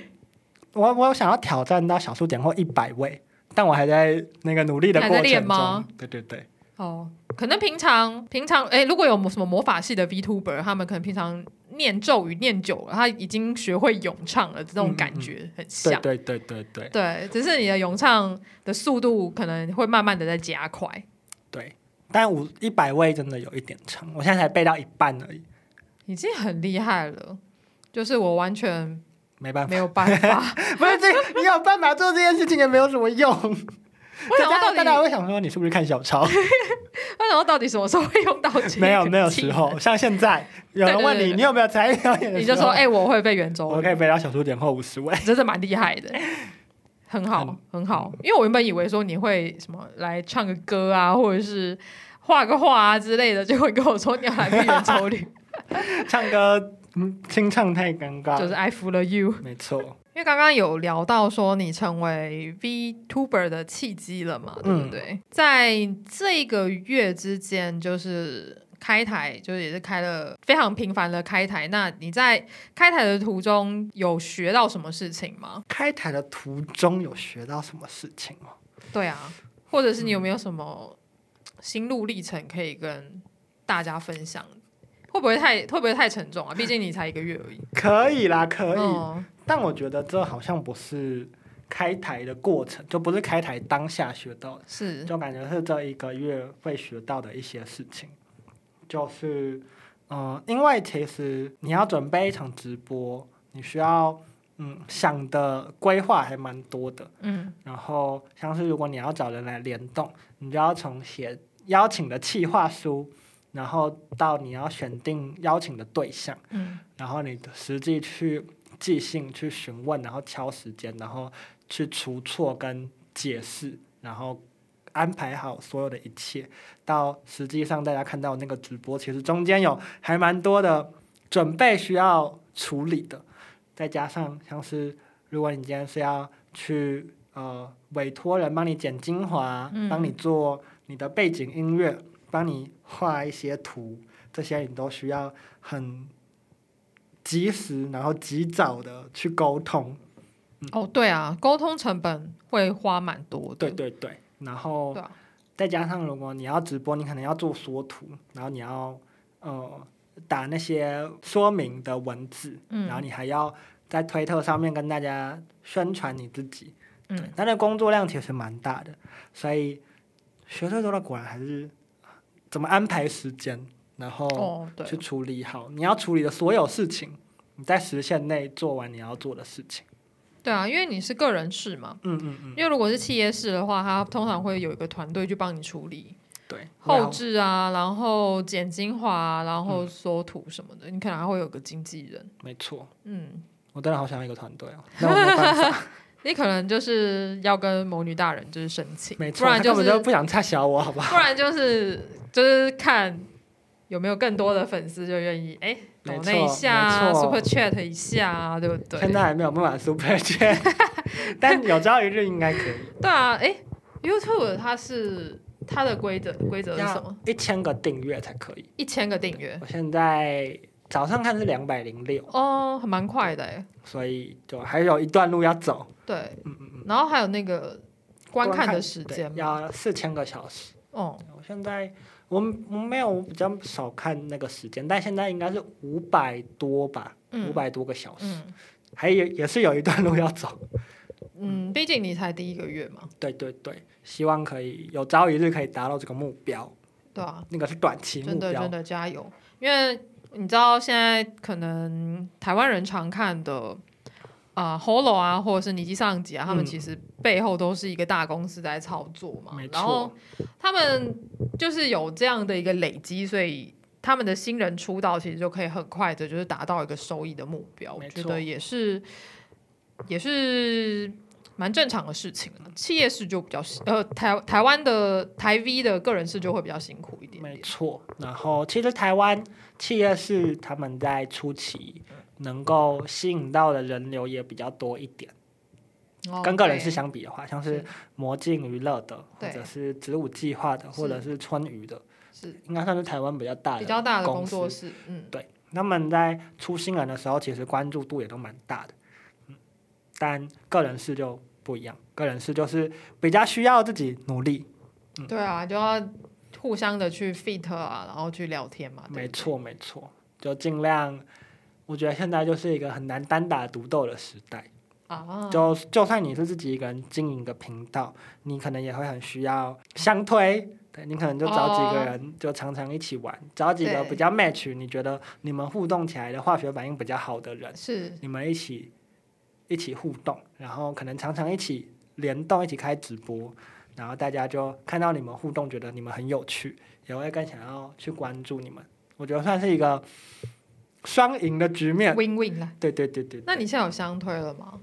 Speaker 2: 我我有想要挑战到小数点或一百位，但我还在那个努力的
Speaker 1: 还
Speaker 2: 过
Speaker 1: 在
Speaker 2: 程
Speaker 1: 练
Speaker 2: 中。
Speaker 1: 吗
Speaker 2: 对对对，
Speaker 1: 哦，可能平常平常哎，如果有什么魔法系的 VTuber，他们可能平常念咒语念久了，他已经学会咏唱了，这种感觉很
Speaker 2: 对
Speaker 1: 像。
Speaker 2: 对对对对
Speaker 1: 对，只是你的咏唱的速度可能会慢慢的在加快。
Speaker 2: 对，但五一百位真的有一点长，我现在才背到一半而已，
Speaker 1: 已经很厉害了，就是我完全
Speaker 2: 没办
Speaker 1: (laughs)
Speaker 2: 法
Speaker 1: 没。有办
Speaker 2: (laughs)
Speaker 1: 法。
Speaker 2: 不是这，你有办法做这件事情也没有什么用。
Speaker 1: 我想
Speaker 2: 大
Speaker 1: 到
Speaker 2: 家
Speaker 1: 底
Speaker 2: 大家会想说你是不是看
Speaker 1: (laughs)
Speaker 2: 小抄？
Speaker 1: 那然后到底什么时候会用到这个
Speaker 2: 没有没有
Speaker 1: 技
Speaker 2: 时
Speaker 1: 能，
Speaker 2: 候，像现在有人问
Speaker 1: 对对
Speaker 2: 你
Speaker 1: 对
Speaker 2: 你有没有才艺表演的
Speaker 1: 你
Speaker 2: 时
Speaker 1: 就
Speaker 2: 候，
Speaker 1: 说哎、我会被圆周
Speaker 2: 我
Speaker 1: 率，
Speaker 2: 可以背到小数点后五十位。
Speaker 1: 真的蛮厉害
Speaker 2: (laughs)
Speaker 1: 的，很好很好。因为我原本以为说你会什么来唱个歌啊，或者是画个画啊之类的，结果你跟我说你要来背圆周
Speaker 2: (laughs)
Speaker 1: 率，
Speaker 2: 唱歌，嗯，清唱太尴尬了。
Speaker 1: 就是爱服了 you。
Speaker 2: 没错，
Speaker 1: 因为刚刚有聊到说你成为 VTuber 的契机了嘛，对不
Speaker 2: 嗯
Speaker 1: 对？在这个月之间，就是开台，就是也是开了非常频繁的开台。那你在开台的途中有学到什么事情吗？
Speaker 2: 开台的途中有学到什么事情吗？
Speaker 1: 对啊，或者是你有没有什么心路历程可以跟大家分享？会不会太会不会太沉重啊？毕竟你才一个月而已。
Speaker 2: 可以啦，可以。
Speaker 1: 嗯
Speaker 2: 但我觉得这好像不是开台的过程，就不是开台当下学到的，
Speaker 1: 是
Speaker 2: 就感觉是这一个月会学到的一些事情，就是，嗯、因为其实你要准备一场直播，你需要，嗯，想的规划还蛮多的。
Speaker 1: 嗯
Speaker 2: 然后像是如果你要找人来联动，你就要从写邀请的企划书，然后到你要选定邀请的对象，
Speaker 1: 嗯
Speaker 2: 然后你实际去寄信去询问，然后敲时间，然后去除错跟解释，然后安排好所有的一切，到实际上大家看到那个直播，其实中间有还蛮多的准备需要处理的，再加上像是如果你今天是要去呃委托人帮你剪精华，
Speaker 1: 嗯
Speaker 2: 帮你做你的背景音乐，帮你画一些图，这些你都需要很及时，然后及早的去沟通。嗯
Speaker 1: 哦，对啊，沟通成本会花蛮多的
Speaker 2: 对。哦对对，然后
Speaker 1: 对啊
Speaker 2: 再加上如果你要直播，你可能要做缩图，然后你要呃打那些说明的文字，
Speaker 1: 嗯
Speaker 2: 然后你还要在推特上面跟大家宣传你自己。
Speaker 1: 嗯
Speaker 2: 对，但那工作量其实蛮大的，所以学最多的果然还是怎么安排时间，然后
Speaker 1: 哦，对
Speaker 2: 去，处理好你要处理的所有事情，你在时限内做完你要做的事情。
Speaker 1: 对啊，因为你是个人事嘛，
Speaker 2: 嗯嗯嗯，
Speaker 1: 因为如果是企业事的话，它通常会有一个团队去帮你处理
Speaker 2: 对，嗯
Speaker 1: 后置啊，然后剪精华、啊，然后缩图什么的，你可能还会有个经纪人，
Speaker 2: 没错。
Speaker 1: 嗯，
Speaker 2: 我真的好想要一个团队哦，那我没有办法，
Speaker 1: 你可能就是要跟魔女大人就是申请，
Speaker 2: 没
Speaker 1: 不
Speaker 2: 错，他
Speaker 1: 然
Speaker 2: 根
Speaker 1: 就是
Speaker 2: 本就不想差小我，
Speaker 1: (laughs)
Speaker 2: 好不好？
Speaker 1: 不然就是就是看有没有更多的粉丝就愿意哎，
Speaker 2: 没
Speaker 1: 抖
Speaker 2: 错
Speaker 1: 那一下啊
Speaker 2: 没错
Speaker 1: ，super chat 一下啊，对不对？
Speaker 2: 现在还没有办法 super 圈，
Speaker 1: (laughs)
Speaker 2: 但有朝一日应该可以。
Speaker 1: 对啊，哎，YouTube 它是它的规则规则是什么？
Speaker 2: 要一千个订阅才可以。
Speaker 1: 一千个订阅
Speaker 2: 我现在早上看是两百零六，
Speaker 1: 哦，还蛮快的哎，
Speaker 2: 所以就还有一段路要走。
Speaker 1: 对，
Speaker 2: 嗯嗯嗯，
Speaker 1: 然后还有那个观看的时间
Speaker 2: 对
Speaker 1: 嘛，
Speaker 2: 要四千个小时。
Speaker 1: 哦，
Speaker 2: 我现在我我没有比较少看那个时间，但现在应该是五百多吧，
Speaker 1: 嗯
Speaker 2: 五百多个小时，
Speaker 1: 嗯
Speaker 2: 还有也是有一段路要走。
Speaker 1: 嗯，毕竟你才第一个月嘛，
Speaker 2: 对对对，希望可以有朝一日可以达到这个目标，
Speaker 1: 对啊，
Speaker 2: 那个是短期目
Speaker 1: 真的
Speaker 2: 标
Speaker 1: 真。的加油！因为你知道现在可能台湾人常看的啊、h o l o 啊，或者是尼基上级啊，他们
Speaker 2: 嗯
Speaker 1: 其实背后都是一个大公司在操作嘛
Speaker 2: 没。
Speaker 1: 然后
Speaker 2: 错，
Speaker 1: 他们就是有这样的一个累积，所以他们的新人出道其实就可以很快的，就是达到一个收益的目标。我
Speaker 2: 没
Speaker 1: 觉
Speaker 2: 错
Speaker 1: 得也是也是蛮正常的事情了。企业是就比较辛呃台台湾的台 V 的个人是就会比较辛苦一点点
Speaker 2: 没。错。然后，其实台湾企业是他们在初期能够吸引到的人流也比较多一点，
Speaker 1: 哦
Speaker 2: 跟个人
Speaker 1: 对
Speaker 2: 是相比的话，像是
Speaker 1: 是
Speaker 2: 魔镜娱乐的，或
Speaker 1: 对
Speaker 2: 者是子午计划的，或者是春雨的，
Speaker 1: 是
Speaker 2: 应该算是台湾比较大的
Speaker 1: 比较大的工作
Speaker 2: 司。
Speaker 1: 室，嗯，
Speaker 2: 他们在出新人的时候，其实关注度也都蛮大的，嗯，但个人事就不一样，个人事就是比较需要自己努力，嗯
Speaker 1: 对啊，就要互相的去 fit 啊，然后去聊天嘛，对不对
Speaker 2: 没，错，没错，就尽量。我觉得现在就是一个很难单打独斗的时代，
Speaker 1: 啊，
Speaker 2: 就就算你是自己一个人经营一个频道，你可能也会很需要相推，对你可能就找几个
Speaker 1: 哦
Speaker 2: 人就常常一起玩，找几个
Speaker 1: 对
Speaker 2: 比较 match，你觉得你们互动起来的化学反应比较好的人，
Speaker 1: 是
Speaker 2: 你们一起一起互动，然后可能常常一起联动，一起开直播，然后大家就看到你们互动，觉得你们很有趣，也会更想要去关注你们。我觉得算是一个双赢的局
Speaker 1: (laughs)
Speaker 2: 面。
Speaker 1: win win 啦。
Speaker 2: 对对对对，
Speaker 1: 那你现在有相推了吗？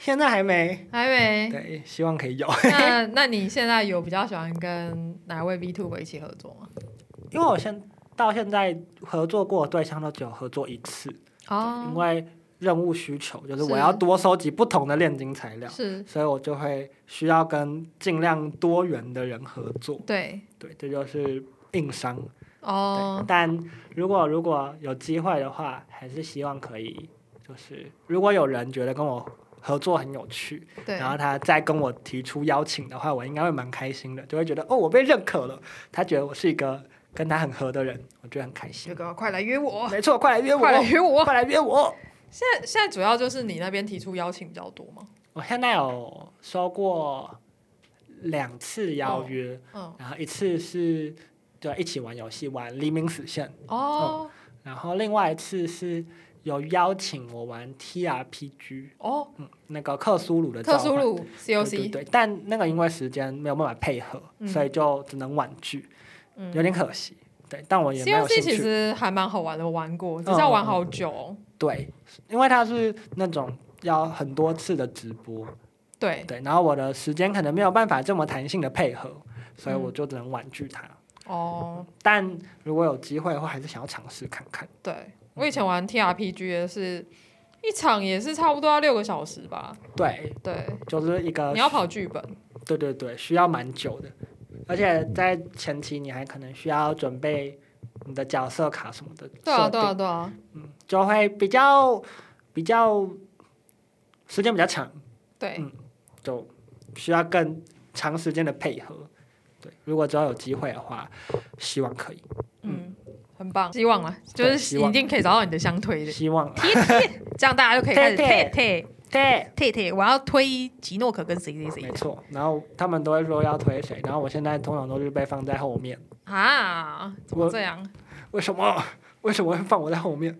Speaker 2: 现在还没？
Speaker 1: 还没。
Speaker 2: 对，希望可以有，
Speaker 1: 那那你现在有比较喜欢跟哪位 V Two 一起合作吗？
Speaker 2: 因为我现到现在合作过的对象都只有合作一次，因
Speaker 1: 哦，
Speaker 2: 为任务需求就是
Speaker 1: 是
Speaker 2: 我要多收集不同的炼金材料，
Speaker 1: 是，
Speaker 2: 所以我就会需要跟尽量多元的人合作。
Speaker 1: 对，
Speaker 2: 对，这就是硬伤。对，
Speaker 1: 哦，
Speaker 2: 但如果如果有机会的话，还是希望可以，就是如果有人觉得跟我合作很有趣，
Speaker 1: 对
Speaker 2: 然，后他再跟我提出邀请的话，我应该会蛮开心的，就会觉得哦，我被认可了，他觉得我是一个跟他很合的人，我觉得很开心
Speaker 1: 这。个快来约我，
Speaker 2: 没错，快来约我，
Speaker 1: 快来约我。
Speaker 2: 快来约我！
Speaker 1: 现在现在主要就是你那边提出邀请比较多吗？
Speaker 2: 我现在有收过两次邀约，
Speaker 1: 嗯，
Speaker 2: 然后一次是就一起玩游戏，玩《黎明死线》。
Speaker 1: 哦
Speaker 2: 然后另外一次是有邀请我玩 TRPG，
Speaker 1: 哦，
Speaker 2: 嗯，那个克苏鲁的召
Speaker 1: 特
Speaker 2: 唤
Speaker 1: 殊路
Speaker 2: 对对
Speaker 1: COC，
Speaker 2: 对，但那个因为时间没有办法配合，
Speaker 1: 嗯
Speaker 2: 所以就只能婉拒，
Speaker 1: 嗯
Speaker 2: 有点可惜。对，但哦我也没有
Speaker 1: COC
Speaker 2: 兴
Speaker 1: 其
Speaker 2: 趣。嗯
Speaker 1: 实还蛮好玩的，我玩过，只是要玩好久哦。
Speaker 2: 对，因为它是那种要很多次的直播，
Speaker 1: 对，
Speaker 2: 对，然后我的时间可能没有办法这么弹性的配合，所以
Speaker 1: 嗯
Speaker 2: 我就只能婉拒它。
Speaker 1: 哦，
Speaker 2: 但如果有机会的话，还是想要尝试看看。
Speaker 1: 对，我以前玩 TRPG 也是一场也是差不多要六个小时吧。
Speaker 2: 对，
Speaker 1: 对，
Speaker 2: 就是一个
Speaker 1: 你要跑剧本，
Speaker 2: 对对对，需要蛮久的，而且在前期你还可能需要准备你的角色卡什么的设定，
Speaker 1: 对啊，对啊，对啊，
Speaker 2: 嗯，就会比较比较时间比较长，
Speaker 1: 对，
Speaker 2: 嗯就需要更长时间的配合。对，如果只要有机会的话，希望可以，
Speaker 1: 嗯，很棒，希望啊，就
Speaker 2: 对
Speaker 1: 是
Speaker 2: 希望
Speaker 1: 一定可以找到你的相推
Speaker 2: (laughs)
Speaker 1: 的，
Speaker 2: 希望啊
Speaker 1: 这样大家就可以开始
Speaker 2: 贴
Speaker 1: 贴贴
Speaker 2: 对，
Speaker 1: 贴贴，我要推吉诺可跟谁谁
Speaker 2: 没
Speaker 1: 谁
Speaker 2: 错。然后他们都会说要推谁，然后我现在通常都是被放在后面，
Speaker 1: 啊？怎么这样？
Speaker 2: 为什么？为什么会放我在后面？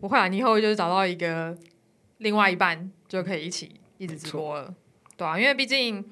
Speaker 1: 不会啊，你以后就是找到一个另外一半就可以一起一直直播了，对啊，因为毕竟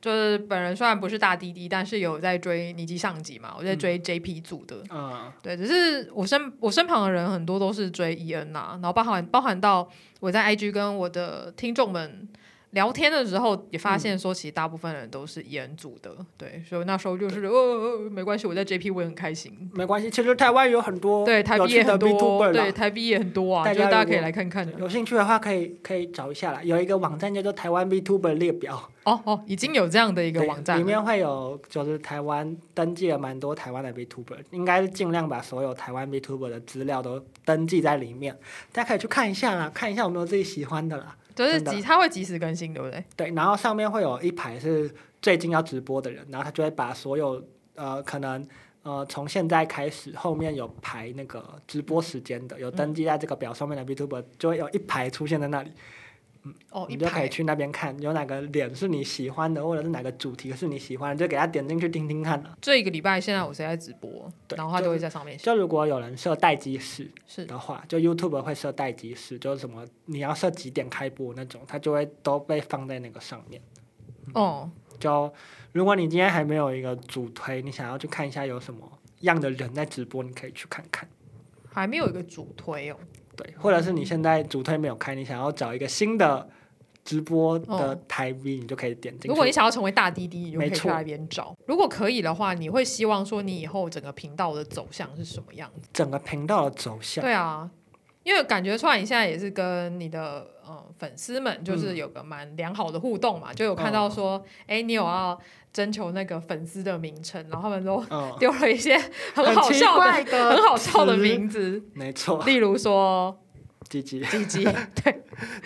Speaker 1: 就是本人虽然不是大滴滴，但是有在追尼基上集嘛，我在追 JP 组的，
Speaker 2: 嗯，
Speaker 1: 对，只是我身我身旁的人很多都是追 EN 啦、然后包含包含到我在 IG 跟我的听众们聊天的时候，也发现说，其实大部分人都是 EN 组的，对，所以我那时候就是呃、哦哦没关系，我在 JP 我也很开心。
Speaker 2: 没关系，其实台湾有很多
Speaker 1: 对，台
Speaker 2: 有
Speaker 1: 币
Speaker 2: 趣
Speaker 1: 也
Speaker 2: 的
Speaker 1: 很
Speaker 2: B
Speaker 1: 多，
Speaker 2: two
Speaker 1: 对，台币也很多啊，
Speaker 2: 大
Speaker 1: 就是
Speaker 2: 家
Speaker 1: 大家
Speaker 2: 如
Speaker 1: 可以
Speaker 2: 果
Speaker 1: 来看看的。
Speaker 2: 有兴趣的话，可以可以找一下啦。有一个网站叫做台湾 Vtuber 列表，
Speaker 1: 哦哦，已经有这样的一个
Speaker 2: 对
Speaker 1: 网站啊
Speaker 2: 里
Speaker 1: 了，
Speaker 2: 面会有就是台湾登记了蛮多台湾的 Vtuber，应该是尽量把所有台湾 Vtuber 的资料都登记在里面，大家可以去看一下啦，看一下有没有自己喜欢的啦。
Speaker 1: 就是
Speaker 2: 真的
Speaker 1: 及它会及时更新，对不对？
Speaker 2: 对，然后上面会有一排是最近要直播的人，然后他就会把所有呃可能呃从现在开始，后面有排那个直播时间的，有
Speaker 1: 嗯
Speaker 2: 登记在这个表上面的 Vtuber 就会有一排出现在那里，
Speaker 1: 哦，一
Speaker 2: 你就可以
Speaker 1: 排
Speaker 2: 去那边看有哪个脸是你喜欢的，或者是哪个主题是你喜欢的，就给他点进去听听看啊。
Speaker 1: 这一个礼拜现在我谁在直播，
Speaker 2: 对
Speaker 1: 然后它
Speaker 2: 就
Speaker 1: 就会在上面写，
Speaker 2: 就如果有人设待机室
Speaker 1: 是
Speaker 2: 的话，就 YouTube 会设待机室，就是什么你要设几点开播那种，它就会都被放在那个上面。嗯
Speaker 1: 哦，
Speaker 2: 就如果你今天还没有一个主推，你想要去看一下有什么样的人在直播，你可以去看看。
Speaker 1: 还没有一个主推哦，
Speaker 2: 对，或者是你现在主推没有开，你想要找一个新的直播的台 V，、你就可以点进
Speaker 1: 如果你
Speaker 2: 去。
Speaker 1: 想要成为大滴滴，你就可以
Speaker 2: 没
Speaker 1: 去
Speaker 2: 错
Speaker 1: 那边找。如果可以的话，你会希望说你以后整个频道的走向是什么样子？
Speaker 2: 整个频道的走向，
Speaker 1: 对啊，因为感觉出来你现在也是跟你的呃粉丝们
Speaker 2: 嗯
Speaker 1: 就是有个蛮良好的互动嘛，就有看到说，哎、你有要征求那个粉丝的名称，然后他们都 (laughs)
Speaker 2: 嗯，
Speaker 1: 丢了一些很
Speaker 2: (laughs) 很
Speaker 1: 好
Speaker 2: 奇
Speaker 1: 笑的、
Speaker 2: 怪的
Speaker 1: 很好笑的
Speaker 2: 词
Speaker 1: 名字，
Speaker 2: 没
Speaker 1: (laughs)
Speaker 2: 错，
Speaker 1: 例如说 (laughs)
Speaker 2: 鸡鸡。
Speaker 1: 鸡鸡，对，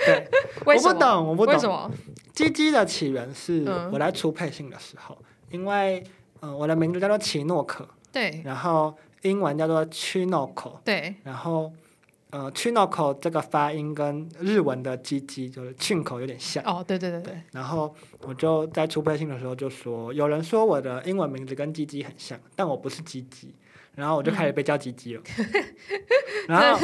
Speaker 2: 对，
Speaker 1: 为
Speaker 2: (laughs) 我
Speaker 1: 什
Speaker 2: 不
Speaker 1: 么？
Speaker 2: 懂，我不懂
Speaker 1: 为什。么？
Speaker 2: 鸡鸡的起源是
Speaker 1: 嗯
Speaker 2: 我在出配信的时候，因为嗯、呃我的名字叫做奇诺可，
Speaker 1: 对
Speaker 2: 然后英文叫做 Chinoko，
Speaker 1: 对，
Speaker 2: 然后呃 Chinoko 这个发音跟日文的鸡鸡就是庆口有点像。
Speaker 1: 哦，对对对对，
Speaker 2: 然后我就在出配信的时候就说，有人说我的英文名字跟鸡鸡很像，但我不是鸡鸡。然后我就开始被叫鸡鸡了，
Speaker 1: 嗯
Speaker 2: (laughs) 然后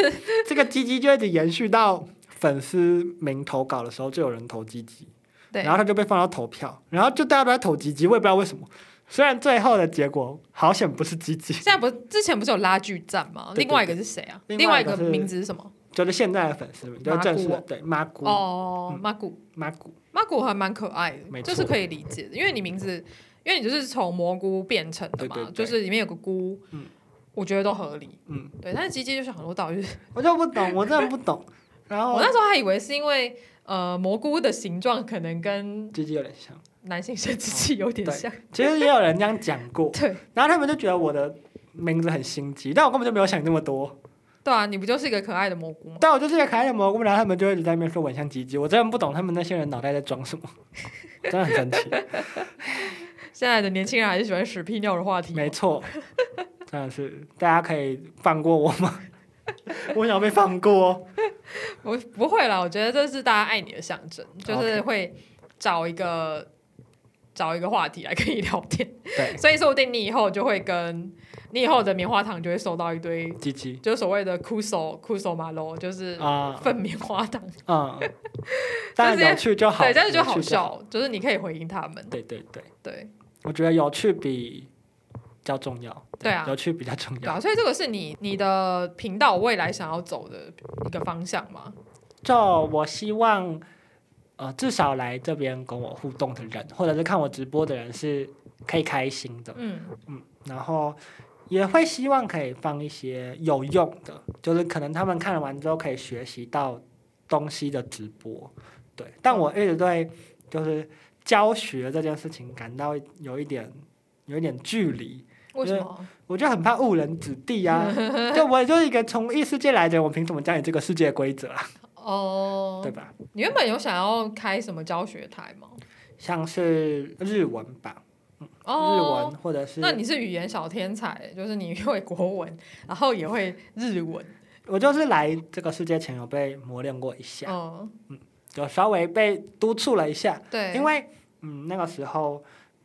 Speaker 2: 这个鸡鸡就一直延续到粉丝名投稿的时候，就有人投鸡鸡。
Speaker 1: 对
Speaker 2: 然后他就被放到投票，然后就大家都在投鸡鸡，我也不知道为什么。虽然最后的结果好险不是鸡鸡，
Speaker 1: 现在不之前不是有拉锯战吗？
Speaker 2: 对对
Speaker 1: 另外一个是谁啊？
Speaker 2: 另
Speaker 1: 另外
Speaker 2: 外
Speaker 1: 一
Speaker 2: 一
Speaker 1: 个
Speaker 2: 个是
Speaker 1: 名字是什么？
Speaker 2: 就是现在的粉丝们，就是正式
Speaker 1: 麻
Speaker 2: 的
Speaker 1: 古
Speaker 2: 对麻姑
Speaker 1: 哦，
Speaker 2: 嗯
Speaker 1: 马古，
Speaker 2: 麻姑，
Speaker 1: 马古还蛮可爱的，
Speaker 2: 没
Speaker 1: 就
Speaker 2: 错
Speaker 1: 是可以理解的，因为你名字，因为你就是从蘑菇变成的嘛，
Speaker 2: 对对对
Speaker 1: 就是里面有个菇，
Speaker 2: 嗯
Speaker 1: 我觉得都合理。
Speaker 2: 嗯，
Speaker 1: 对，但是鸡鸡就想很多道理，就是
Speaker 2: 我就不懂，我真的不懂。然后
Speaker 1: 我那时候还以为是因为呃蘑菇的形状可能跟
Speaker 2: 鸡鸡有点像，
Speaker 1: 男性生殖器有点
Speaker 2: 哦对
Speaker 1: 像，
Speaker 2: 其实也有人这样讲过，
Speaker 1: 对
Speaker 2: 然后他们就觉得我的名字很心机，但我根本就没有想那么多。
Speaker 1: 对啊，你不就是一个可爱的蘑菇吗？
Speaker 2: 但我就是一个可爱的蘑菇，然后他们就一直在那边说我很像鸡鸡，我真的不懂他们那些人脑袋在装什么， (laughs) 真的很神奇。
Speaker 1: 现在的年轻人还是喜欢屎屁尿的话题吗，
Speaker 2: 没错，真的是大家可以放过我吗？ (laughs) 我想被放过。
Speaker 1: 我不会啦，我觉得这是大家爱你的象征，
Speaker 2: 哦
Speaker 1: 就是会找一个找一个话题来跟你聊天，
Speaker 2: 对，
Speaker 1: 所以说不定你以后就会跟你以后的棉花糖就会收到一堆，
Speaker 2: 鸡鸡
Speaker 1: 就是所谓的酷手酷手马喽，就是
Speaker 2: 啊，
Speaker 1: 粪棉花糖，
Speaker 2: 嗯，但
Speaker 1: 这些
Speaker 2: 有趣就 (laughs) 好，
Speaker 1: 对，但是就
Speaker 2: 有
Speaker 1: 好
Speaker 2: 趣好。
Speaker 1: 笑，就是你可以回应他们，
Speaker 2: 对对对，
Speaker 1: 对
Speaker 2: 我觉得有趣比较重要。
Speaker 1: 对啊
Speaker 2: 有趣比较重
Speaker 1: 对
Speaker 2: 要。
Speaker 1: 啊，所以这个是你你的频道未来想要走的一个方向嘛？
Speaker 2: 就我希望，呃，至少来这边跟我互动的人，或者是看我直播的人是可以开心的。
Speaker 1: 嗯，
Speaker 2: 嗯，然后也会希望可以放一些有用的，就是可能他们看完之后可以学习到东西的直播。对，但我一直对就是教学这件事情感到有一点有一点距离，
Speaker 1: 为什么？
Speaker 2: 我就很怕误人子
Speaker 1: (laughs)
Speaker 2: 弟啊。就我就是一个从异世界来的人，我凭什么教你这个世界的规则啊？
Speaker 1: 哦
Speaker 2: 对，吧？
Speaker 1: 你原本有想要开什么教学台吗？
Speaker 2: 像是日文吧，
Speaker 1: 哦，
Speaker 2: 日文或者是
Speaker 1: 那你是语言小天才，就是你 (laughs) 会国文，然后也会日文，
Speaker 2: 我就是来这个世界前有被磨练过一下。
Speaker 1: 嗯，
Speaker 2: 有稍微被督促了一下，
Speaker 1: 对，
Speaker 2: 因为嗯那个时候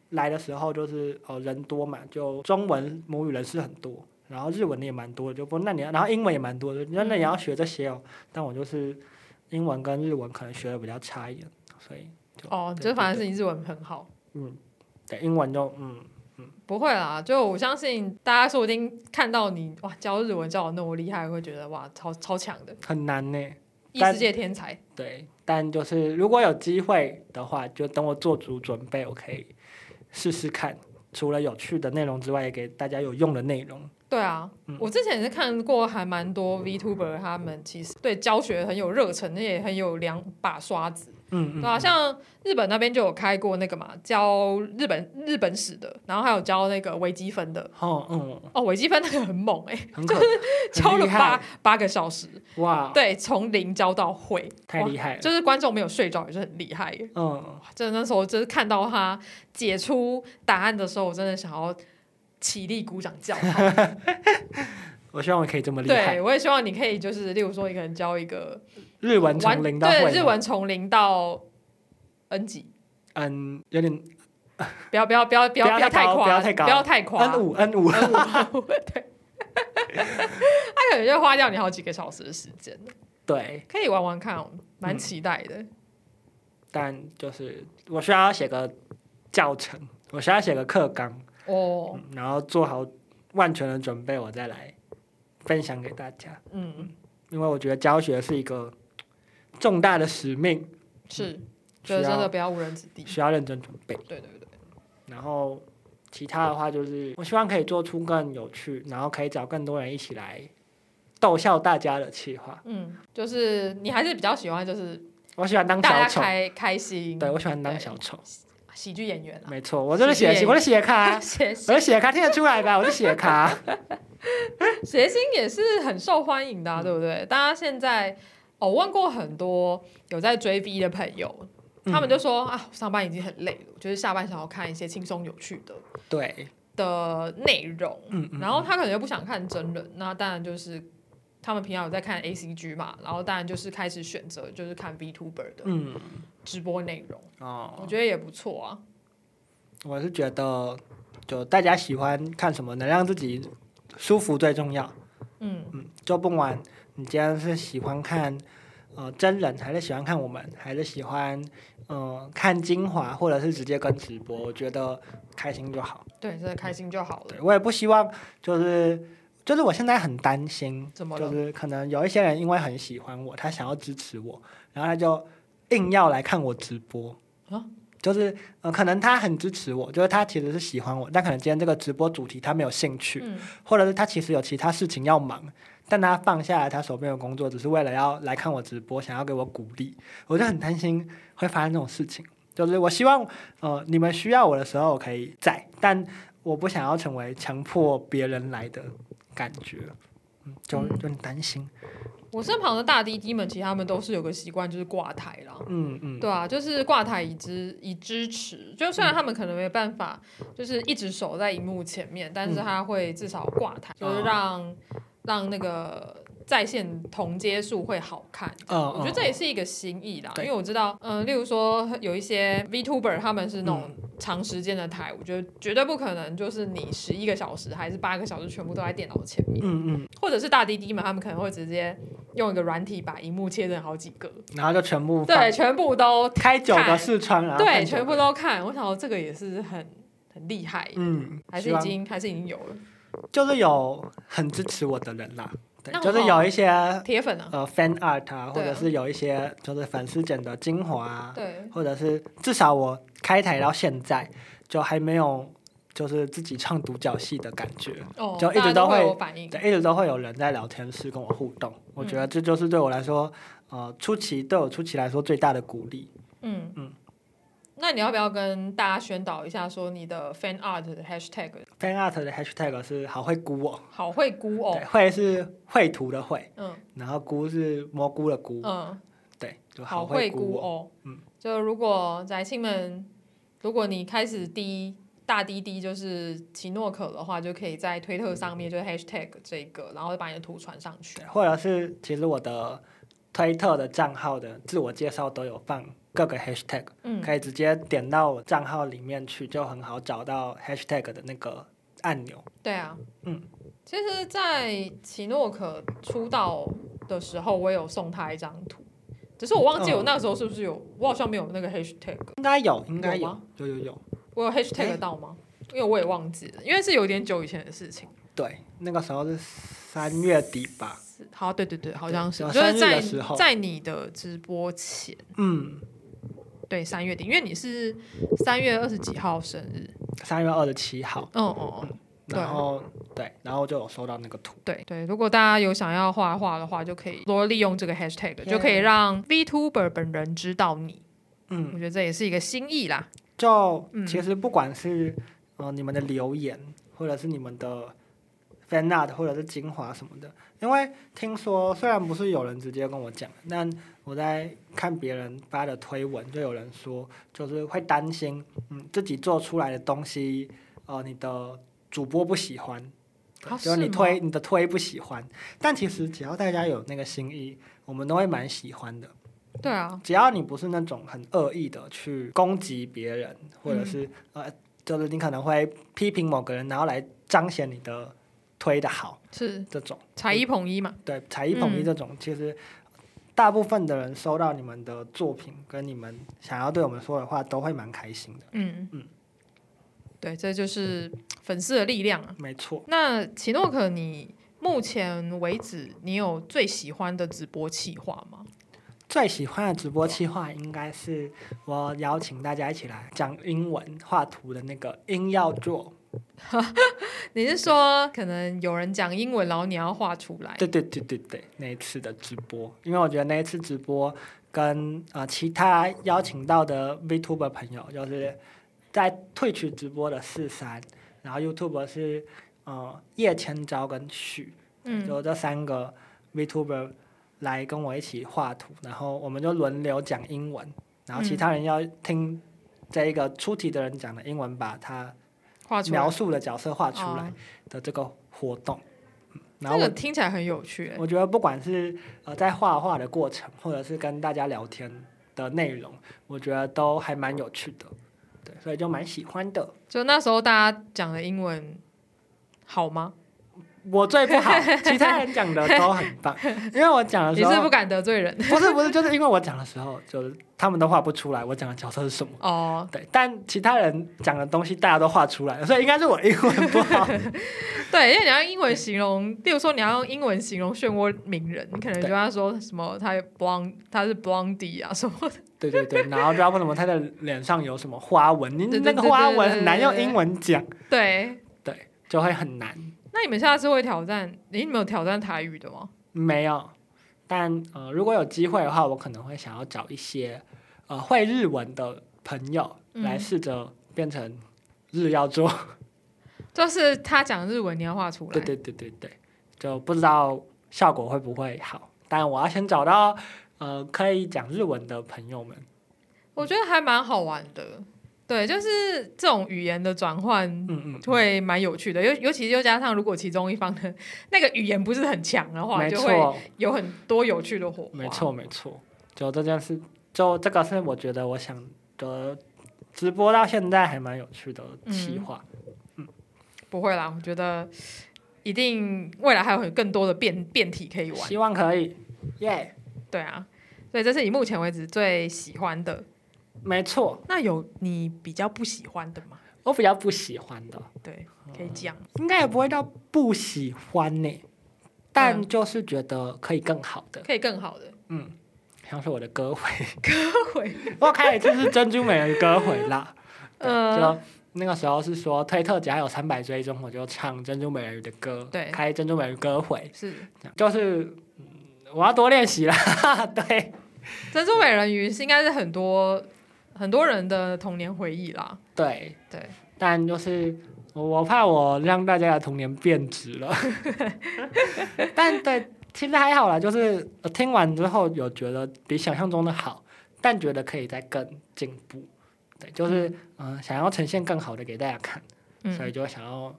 Speaker 2: 来的时候就是哦人多嘛，就中文母语人士很多，然后日文的也蛮多的，就不那你要然后英文也蛮多的，那那也
Speaker 1: 嗯
Speaker 2: 要学这些哦。但我就是英文跟日文可能学的比较差一点，所以就
Speaker 1: 哦，
Speaker 2: 对
Speaker 1: 就
Speaker 2: 对
Speaker 1: 反正
Speaker 2: 对
Speaker 1: 是你日文很好，
Speaker 2: 嗯对英文就嗯
Speaker 1: 不会啦，就我相信大家说不定看到你哇教日文教的那么厉害，会觉得哇超超强的
Speaker 2: 很难呢。
Speaker 1: 异
Speaker 2: 但
Speaker 1: 世界天才，
Speaker 2: 对，但就是如果有机会的话，就等我做足准备，我可以试试看。除了有趣的内容之外，也给大家有用的内容。
Speaker 1: 对啊，
Speaker 2: 嗯
Speaker 1: 我之前也是看过还蛮多 VTuber 他们其实对教学很有热忱，也很有两把刷子，
Speaker 2: 嗯嗯，
Speaker 1: 对啊，像日本那边就有开过那个嘛，教日本日本史的，然后还有教那个微积分的。
Speaker 2: 哦嗯，
Speaker 1: 哦，微积分那个很猛哎、欸，(laughs)
Speaker 2: 很可
Speaker 1: 教
Speaker 2: 很
Speaker 1: 了
Speaker 2: 厉
Speaker 1: 八
Speaker 2: 害
Speaker 1: 八个小时，
Speaker 2: 哇，
Speaker 1: 对，从零教到会，
Speaker 2: 太厉害了，
Speaker 1: 就是观众没有睡着也是很厉害耶。
Speaker 2: 嗯，
Speaker 1: 哇真的那时候就是看到他解出答案的时候，我真的想要起立鼓掌叫好。
Speaker 2: 我希望我可以这么 (laughs) 厉害
Speaker 1: 对，。我也希望你可以就是，例如说，你可能教一个
Speaker 2: 日文
Speaker 1: 完
Speaker 2: 从零到会，
Speaker 1: 对，日文从零到 N 级，
Speaker 2: 嗯，有点
Speaker 1: 不要不要不要不要
Speaker 2: 不要太
Speaker 1: 太
Speaker 2: 高
Speaker 1: 夸，
Speaker 2: 不要太高
Speaker 1: 不要太夸
Speaker 2: N 五 N 五，
Speaker 1: N 五 N 五 (laughs) 对。他可能就花掉你好几个小时的时间，
Speaker 2: 对，
Speaker 1: 可以玩玩看、哦，蛮期待的。
Speaker 2: 嗯但就是我需要写个教程，我需要写个课纲，
Speaker 1: 哦，
Speaker 2: 嗯然后做好万全的准备，我再来分享给大家，
Speaker 1: 嗯，
Speaker 2: 因为我觉得教学是一个重大的使命，
Speaker 1: 是，
Speaker 2: 嗯需
Speaker 1: 就是真的
Speaker 2: 要
Speaker 1: 不要误人子弟。
Speaker 2: 需要认真准备。
Speaker 1: 对对对，
Speaker 2: 然后其他的话就是，我希望可以做出更有趣，然后可以找更多人一起来逗笑大家的企划。
Speaker 1: 嗯，就是你还是比较喜欢，就是
Speaker 2: 我喜欢当
Speaker 1: 大家
Speaker 2: 小丑，
Speaker 1: 开开心，
Speaker 2: 对我喜欢当
Speaker 1: 对
Speaker 2: 小丑，
Speaker 1: 喜剧演员啦，啊
Speaker 2: 没哎错，我就是
Speaker 1: 喜剧
Speaker 2: 写
Speaker 1: 演员
Speaker 2: 我是写
Speaker 1: (laughs)
Speaker 2: 咖、
Speaker 1: 谐星
Speaker 2: 我的写咖听得出来吧？我是写咖，
Speaker 1: 谐星也是很受欢迎的、啊，对不对？大家现在哦，我问过很多有在追 V 的朋友，
Speaker 2: 嗯
Speaker 1: 他们就说、啊，上班已经很累了，我就是下班想要看一些轻松有趣的
Speaker 2: 对，
Speaker 1: 的内容，
Speaker 2: 嗯嗯，
Speaker 1: 然后他可能又不想看真人，那当然就是他们平常有在看 A C G 嘛，然后当然就是开始选择就是看 VTuber 的
Speaker 2: 嗯
Speaker 1: 直播内容，我
Speaker 2: 哦，
Speaker 1: 觉得也不错啊。
Speaker 2: 我是觉得就大家喜欢看什么，能让自己舒服最重要。
Speaker 1: 嗯，
Speaker 2: 嗯，就不管你今天是喜欢看呃真人，还是喜欢看我们，还是喜欢呃看精华，或者是直接跟直播，我觉得开心就好。
Speaker 1: 对，真的开心就好了
Speaker 2: 对。我也不希望就是。就是我现在很担心，
Speaker 1: 怎么了
Speaker 2: 就是可能有一些人因为很喜欢我，他想要支持我，然后他就硬要来看我直播
Speaker 1: 啊
Speaker 2: 就是呃，可能他很支持我，就是他其实是喜欢我，但可能今天这个直播主题他没有兴趣，
Speaker 1: 嗯，
Speaker 2: 或者是他其实有其他事情要忙，但他放下了他手边的工作，只是为了要来看我直播，想要给我鼓励。我就很担心会发生这种事情，就是我希望呃你们需要我的时候我可以在，但我不想要成为强迫别人来的感觉，嗯，就
Speaker 1: 嗯
Speaker 2: 就很担心。
Speaker 1: 我身旁的大滴滴们，其实他们都是有个习惯，就是挂台啦。
Speaker 2: 嗯嗯，
Speaker 1: 对啊，就是挂台以支以支持，就虽然他们可能没办法，就是一直守在荧幕前面，但是
Speaker 2: 嗯
Speaker 1: 他会至少挂台，就是
Speaker 2: 哦
Speaker 1: 让让那个在线同接数会好看。
Speaker 2: 嗯，
Speaker 1: 我觉得这也是一个心意啦，因
Speaker 2: 对
Speaker 1: 为我知道，嗯、例如说有一些 VTuber 他们是那种
Speaker 2: 嗯
Speaker 1: 长时间的台，我觉得绝对不可能就是你十一个小时还是八个小时全部都在电脑前面，
Speaker 2: 嗯嗯，
Speaker 1: 或者是大滴滴们他们可能会直接用一个软体把荧幕切成好几个，
Speaker 2: 然后就全部放
Speaker 1: 对，全部都
Speaker 2: 开九
Speaker 1: 看
Speaker 2: 个视窗，然后
Speaker 1: 对，
Speaker 2: 看九
Speaker 1: 全部
Speaker 2: 个
Speaker 1: 都看。我想说这个也是很很厉害，
Speaker 2: 嗯，
Speaker 1: 还是
Speaker 2: 希
Speaker 1: 已
Speaker 2: 望
Speaker 1: 经还是已经有了
Speaker 2: 就是有很支持我的人啦，对
Speaker 1: 那，很
Speaker 2: 就是
Speaker 1: 好
Speaker 2: 有一些
Speaker 1: 铁粉啊，
Speaker 2: 呃 fan art 啊，或
Speaker 1: 对啊
Speaker 2: 者是有一些就是粉丝剪的精华啊，
Speaker 1: 对，
Speaker 2: 或者是至少我开台到现在就还没有就是自己唱独角戏的感觉，
Speaker 1: 哦，
Speaker 2: 就一直
Speaker 1: 大家都
Speaker 2: 都会
Speaker 1: 有反应，
Speaker 2: 对，一直都会有人在聊天室跟我互动，我
Speaker 1: 嗯
Speaker 2: 觉得这就是对我来说，呃，初期对我初期来说最大的鼓励。
Speaker 1: 嗯嗯
Speaker 2: 嗯。
Speaker 1: 那你要不要跟大家宣导一下，说你的 fan art 的 hashtag
Speaker 2: fan art 的 hashtag 是好会估哦，
Speaker 1: 好会估哦
Speaker 2: 对，，会是绘图的绘，
Speaker 1: 嗯
Speaker 2: 然后估是蘑菇的菇，
Speaker 1: 嗯，
Speaker 2: 对，就
Speaker 1: 好
Speaker 2: 会
Speaker 1: 会
Speaker 2: 估
Speaker 1: 估
Speaker 2: 哦，
Speaker 1: 哦，
Speaker 2: 嗯，
Speaker 1: 就如果宅青们，如果你开始滴大滴滴就是奇诺可的话，就可以在推特上
Speaker 2: 嗯
Speaker 1: 面就是 hashtag 这个，然后把你的图传上去
Speaker 2: 对，，或者是其实我的推特的账号的自我介绍都有放各个 hashtag，、
Speaker 1: 嗯，
Speaker 2: 可以直接点到我账号里面去，就很好找到 hashtag 的那个按钮。
Speaker 1: 对啊，
Speaker 2: 嗯，
Speaker 1: 其实，在奇诺可出道的时候，我有送他一张图，只是我忘记
Speaker 2: 嗯
Speaker 1: 我那时候是不是有，我好像没有那个 hashtag，
Speaker 2: 应该有，应该
Speaker 1: 有
Speaker 2: 有
Speaker 1: 吗，
Speaker 2: 有有有。
Speaker 1: 我有 hashtag 到吗？因为我也忘记了，因为是有点久以前的事情。
Speaker 2: 对，那个时候是三月底吧。
Speaker 1: 是好，对对对，好像是，
Speaker 2: 对
Speaker 1: 就
Speaker 2: 生
Speaker 1: 是
Speaker 2: 日
Speaker 1: 在
Speaker 2: 的时候
Speaker 1: 在你的直播前，
Speaker 2: 嗯，
Speaker 1: 对，三月底，因为你是三月二十几号生日，
Speaker 2: 三月二十七号，
Speaker 1: 嗯嗯嗯，对
Speaker 2: 然后对，然后就有收到那个图。
Speaker 1: 对对，如果大家有想要画画的话，就可以多利用这个 hashtag，就可以
Speaker 2: Yeah
Speaker 1: 让 VTuber 本人知道你。
Speaker 2: 嗯
Speaker 1: 我觉得这也是一个心意啦。
Speaker 2: 就
Speaker 1: 嗯
Speaker 2: 其实不管是、呃你们的留言，或者是你们的 fan art，或者是精华什么的，因为听说虽然不是有人直接跟我讲，但我在看别人发的推文，就有人说就是会担心，嗯，自己做出来的东西，呃，你的主播不喜欢，
Speaker 1: 啊
Speaker 2: 就是你
Speaker 1: 吗
Speaker 2: 推你的推不喜欢，但其实只要大家有那个心意，我们都会蛮喜欢的。
Speaker 1: 对啊，
Speaker 2: 只要你不是那种很恶意的去攻击别人，或者是、呃，就是你可能会批评某个人，然后来彰显你的推的好，
Speaker 1: 是
Speaker 2: 这种
Speaker 1: 才一捧一嘛。
Speaker 2: 对才艺捧一
Speaker 1: 嗯
Speaker 2: 这种，其实大部分的人收到你们的作品跟你们想要对我们说的话，都会蛮开心的。
Speaker 1: 嗯
Speaker 2: 嗯，
Speaker 1: 对，这就是粉丝的力量啊。
Speaker 2: 没错，
Speaker 1: 那奇诺可，你目前为止你有最喜欢的直播企划吗？
Speaker 2: 最喜欢的直播企划应该是我邀请大家一起来讲英文画图的那个音要做，
Speaker 1: 你是说可能有人讲英文，然后你要画出来？
Speaker 2: 对对对对对，那一次的直播，因为我觉得那一次直播跟呃其他邀请到的 VTuber 朋友，就是在退去直播的四三，然后 YouTube 是呃叶千昭跟许，
Speaker 1: 嗯，
Speaker 2: 就这三个 VTuber 来跟我一起画图，然后我们就轮流讲英文，然后其
Speaker 1: 嗯
Speaker 2: 他人要听这一个出题的人讲的英文，把他
Speaker 1: 画出来
Speaker 2: 描述的角色画出来
Speaker 1: 哦
Speaker 2: 的这个活动。嗯然后
Speaker 1: 这
Speaker 2: 我
Speaker 1: 个听起来很有趣、欸。
Speaker 2: 我觉得不管是呃在画画的过程，或者是跟大家聊天的内容，我觉得都还蛮有趣的，对，所以就蛮喜欢的。
Speaker 1: 就那时候大家讲的英文好吗？
Speaker 2: 我最不好，其他人讲的都很棒，因为我讲的
Speaker 1: 你
Speaker 2: 时候
Speaker 1: 是不敢得罪人
Speaker 2: 不是不是，就是因为我讲的时候，就是他们都画不出来我讲的角色是什么。
Speaker 1: 哦。
Speaker 2: 对，但其他人讲的东西大家都画出来了，所以应该是我英文不好。 (laughs)
Speaker 1: 对，因为你要用英文形容， (laughs) 例如说你要用英文形容漩涡鸣人，你可能
Speaker 2: 对
Speaker 1: 就要说什么他 blond，他是 blondie 啊 (laughs) 什么的。
Speaker 2: 对对对，然后不知道为什么他的脸上有什么花纹，你
Speaker 1: 对
Speaker 2: 那
Speaker 1: 对
Speaker 2: 个
Speaker 1: 对
Speaker 2: 花
Speaker 1: 对
Speaker 2: 纹
Speaker 1: 对
Speaker 2: 很难
Speaker 1: 对
Speaker 2: 用
Speaker 1: 对
Speaker 2: 英文讲，
Speaker 1: 对，
Speaker 2: 对，就会很难。
Speaker 1: 那你们下次会挑战？诶你们有挑战台语的吗？
Speaker 2: 没有，但呃，如果有机会的话，我可能会想要找一些呃会日文的朋友
Speaker 1: 嗯
Speaker 2: 来试着变成日要做。
Speaker 1: 就是他讲日文，你要画出来。
Speaker 2: (laughs) 对对对对对，就不知道效果会不会好，但我要先找到呃可以讲日文的朋友们。
Speaker 1: 我觉得还蛮好玩的。对，就是这种语言的转换
Speaker 2: 嗯嗯，
Speaker 1: 会蛮有趣的，尤尤其又加上如果其中一方的那个语言不是很强的话，
Speaker 2: 没
Speaker 1: 就会
Speaker 2: 错
Speaker 1: 有很多有趣的火花。
Speaker 2: 没错没错，就这件事，就这个是我觉得我想的直播到现在还蛮有趣的企
Speaker 1: 嗯
Speaker 2: 划。
Speaker 1: 不会啦，我觉得一定未来还有更多的变变体可以玩。
Speaker 2: 希望可以，耶、
Speaker 1: 对啊，所以这是你目前为止最喜欢的。
Speaker 2: 没错。
Speaker 1: 那有你比较不喜欢的吗？
Speaker 2: 我比较不喜欢的，
Speaker 1: 对，可以讲。
Speaker 2: 应该也不会到不喜欢呢、但
Speaker 1: 嗯
Speaker 2: 就是觉得可以更好的，
Speaker 1: 可以更好的。
Speaker 2: 嗯，像是我的 (laughs) 歌会，
Speaker 1: 会，
Speaker 2: (laughs) 我开了一次是珍珠美人的歌会啦， (laughs) 对
Speaker 1: 嗯
Speaker 2: 就那个时候是说推特只要有三百追踪，我就唱珍珠美人鱼的歌，
Speaker 1: 对
Speaker 2: 开珍珠美人鱼歌会，
Speaker 1: 是
Speaker 2: 这样就是、嗯我要多练习啦， (laughs) 对，
Speaker 1: 珍珠美人鱼是应该是很多很多人的童年回忆啦。
Speaker 2: 对，
Speaker 1: 对，
Speaker 2: 但就是我我怕我让大家的童年变质了，
Speaker 1: (laughs)
Speaker 2: 但对，其实还好啦，就是呃听完之后有觉得比想象中的好，但觉得可以再更进步，对，就是嗯、呃想要呈现更好的给大家看，所以
Speaker 1: 嗯，
Speaker 2: 就想要。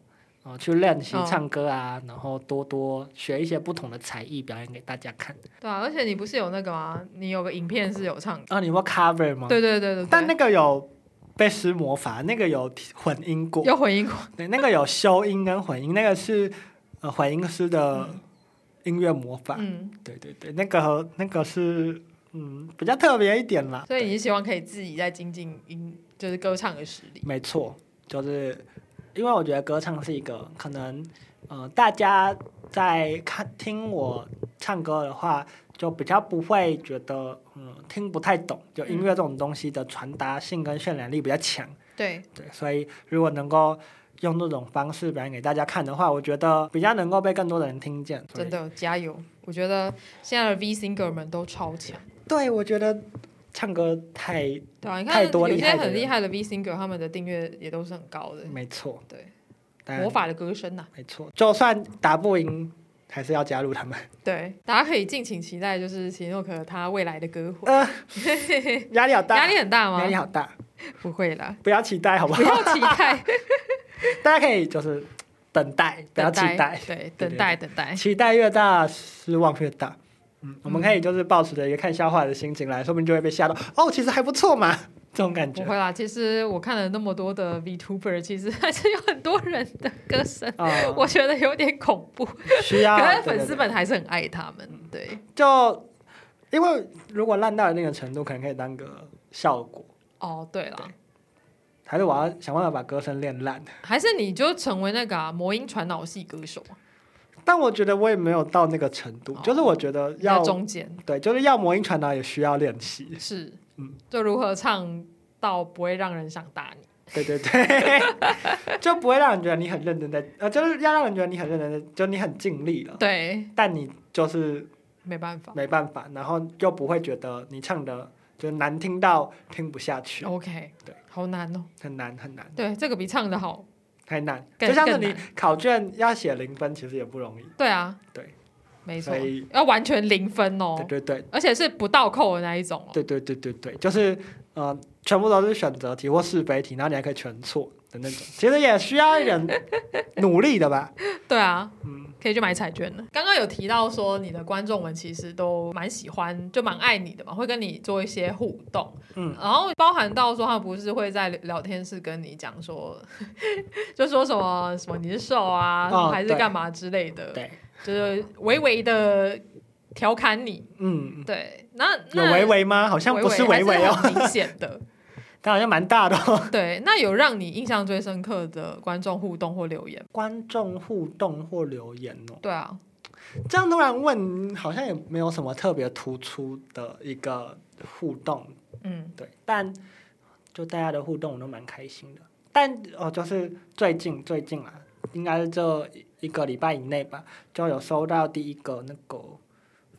Speaker 2: 呃去练习
Speaker 1: 哦
Speaker 2: 唱歌啊，然后多多学一些不同的才艺表演给大家看。
Speaker 1: 对啊，而且你不是有那个吗？你有个影片是有唱的。
Speaker 2: 啊，你会 cover 吗？
Speaker 1: 对对对对对，
Speaker 2: 但那个有被施魔法，那个有混音过。
Speaker 1: 有混音过，
Speaker 2: 对，那个有修音跟混音，那个是呃混音师的音乐魔法。
Speaker 1: 嗯，
Speaker 2: 对对对，那个那个是嗯比较特别一点啦。
Speaker 1: 所以
Speaker 2: 对
Speaker 1: 你是希望可以自己再精进音，就是歌唱的实力。
Speaker 2: 没错，就是因为我觉得歌唱是一个可能呃大家在看听我唱歌的话，就比较不会觉得嗯听不太懂，就音乐这种东西的传达性跟渲染力比较强。
Speaker 1: 对，
Speaker 2: 对，所以如果能够用这种方式表演给大家看的话，我觉得比较能够被更多的人听见。
Speaker 1: 真的加油！我觉得现在的 V singer 们都超强，
Speaker 2: 对，我觉得唱歌太
Speaker 1: 对啊，你看
Speaker 2: 太多
Speaker 1: 有
Speaker 2: 厉
Speaker 1: 些
Speaker 2: 害的
Speaker 1: 很
Speaker 2: 人
Speaker 1: 厉害的 V singer，他们的订阅也都是很高的，
Speaker 2: 没错，
Speaker 1: 对，
Speaker 2: 但
Speaker 1: 魔法的歌声呐、
Speaker 2: 没错，就算打不赢，还是要加入他
Speaker 1: (laughs)
Speaker 2: 们，
Speaker 1: 对，大家可以敬请期待，就是奇诺可他未来的歌会，
Speaker 2: 呃，压力好大，
Speaker 1: 压力很大吗
Speaker 2: 压？力好大，
Speaker 1: 不会啦，
Speaker 2: 不要期待，好不
Speaker 1: 不
Speaker 2: 好？
Speaker 1: 要期待，
Speaker 2: 大家可以就是等待， (laughs) 不要期
Speaker 1: 等哎
Speaker 2: 待，
Speaker 1: 对，
Speaker 2: 对
Speaker 1: 等待，等
Speaker 2: (laughs)
Speaker 1: 待，
Speaker 2: 期待越大，失望越大。嗯，我们可以就是抱持着一个看笑话的心情来，说不定就会被吓到。哦，其实还不错嘛，这种感
Speaker 1: 不
Speaker 2: 觉。
Speaker 1: 会啦。其实我看了那么多的 VTuber，其实还是有很多人的歌声，
Speaker 2: 啊、
Speaker 1: 我觉得有点恐怖，
Speaker 2: 需要
Speaker 1: 可是
Speaker 2: 啊对对
Speaker 1: 粉丝
Speaker 2: 对嗯
Speaker 1: 们还是很爱他们，对，
Speaker 2: 就因为如果烂到一定的程度，可能可以当个效果。
Speaker 1: 哦，对啦，
Speaker 2: 还是我要想办法把歌声练烂。
Speaker 1: 还是你就成为那个啊魔音传脑系歌手啊，
Speaker 2: 但我觉得我也没有到那个程度，
Speaker 1: 哦
Speaker 2: 就是我觉得
Speaker 1: 在
Speaker 2: 要
Speaker 1: 中间
Speaker 2: 对，就是要魔音传达也需要练
Speaker 1: (laughs)
Speaker 2: 习。
Speaker 1: 是
Speaker 2: 嗯，
Speaker 1: 就如何唱到不会让人想打你，
Speaker 2: 对对对，就不会让人觉得你很认真在，呃，就是要让人觉得你很认真在，就你很尽力了，
Speaker 1: 对，
Speaker 2: 但你就是
Speaker 1: 没办法
Speaker 2: 没办法，然后又不会觉得你唱的就难听到听不下去，
Speaker 1: ，OK，
Speaker 2: 对，
Speaker 1: 好难哦。
Speaker 2: 很难很难，
Speaker 1: 对，这个比唱的好。
Speaker 2: 太难。
Speaker 1: 更
Speaker 2: 就像是
Speaker 1: 更
Speaker 2: 你
Speaker 1: 难
Speaker 2: 考卷要写零分，其实也不容易。
Speaker 1: 对啊，
Speaker 2: 对，
Speaker 1: 没错
Speaker 2: 所以，
Speaker 1: 要完全零分哦，
Speaker 2: 对对对
Speaker 1: 而且是不倒扣的那一种哦。
Speaker 2: 对对对对对，就是呃，全部都是选择题或是非题，然后你还可以全错的那种，其实也需要一点努力的吧。
Speaker 1: 对啊，
Speaker 2: 嗯，
Speaker 1: 可以去买彩券了。刚刚有提到说你的观众们其实都蛮喜欢，就蛮爱你的嘛，会跟你做一些互动。
Speaker 2: 嗯，
Speaker 1: 然后包含到说他们不是会在聊天室跟你讲说， (laughs) 就说什么什么你是瘦啊，
Speaker 2: 哦
Speaker 1: 还是干嘛之类的，
Speaker 2: 对，
Speaker 1: 就是微微的调侃你。
Speaker 2: 嗯，
Speaker 1: 对，那
Speaker 2: 有
Speaker 1: 那
Speaker 2: 维维吗？好像不是维维
Speaker 1: 还
Speaker 2: 哦， (laughs)
Speaker 1: 是很明显的。
Speaker 2: 但好像蛮大的、哦。
Speaker 1: 对，那有让你印象最深刻的观众互动或留言？
Speaker 2: 观众互动或留言哦，
Speaker 1: 对啊，
Speaker 2: 这样突然问，好像也没有什么特别突出的一个互动，
Speaker 1: 嗯，
Speaker 2: 对，但就大家的互动我都蛮开心的。但哦，就是最近最近啊，应该是这一个礼拜以内吧，就有收到第一个那个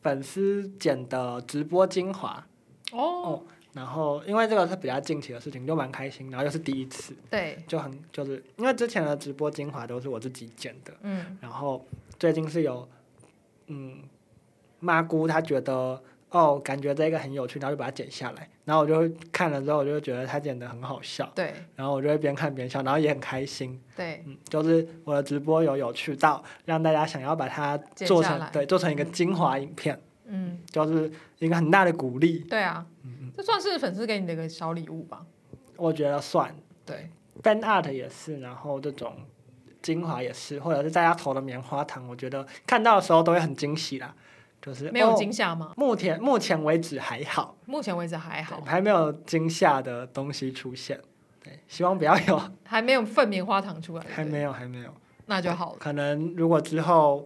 Speaker 2: 粉丝剪的直播精华，
Speaker 1: 哦，
Speaker 2: 然后因为这个是比较近期的事情，就蛮开心，然后又是第一次，
Speaker 1: 对，
Speaker 2: 就很就是因为之前的直播精华都是我自己剪的，
Speaker 1: 嗯，
Speaker 2: 然后最近是有，嗯，妈姑她觉得哦，感觉这个很有趣，然后就把它剪下来。然后我就会看了之后，我就会觉得她剪的很好笑，
Speaker 1: 对，
Speaker 2: 然后我就会边看边笑，然后也很开心。
Speaker 1: 对，
Speaker 2: 嗯，就是我的直播有有趣到让大家想要把它
Speaker 1: 剪
Speaker 2: 做
Speaker 1: 下
Speaker 2: 成
Speaker 1: 来
Speaker 2: 对做成一个精华影片，
Speaker 1: 嗯，
Speaker 2: 就是一个很大的鼓励。
Speaker 1: 对啊，
Speaker 2: 嗯嗯，
Speaker 1: 这算是粉丝给你的一个小礼物吧？
Speaker 2: 我觉得算
Speaker 1: 对，
Speaker 2: fan art 也是，然后这种。精华也是，或者是大家投的棉花糖，我觉得看到的时候都会很惊喜啦，就是
Speaker 1: 没有
Speaker 2: 哦
Speaker 1: 惊吓吗？
Speaker 2: 目前目前为止还好，
Speaker 1: 目前为止还好，
Speaker 2: 还没有惊吓的东西出现。对，希望不要有，
Speaker 1: 还没有粪棉花糖出来，对不对
Speaker 2: 还没有，还没有。
Speaker 1: 那就好了。
Speaker 2: 可能如果之后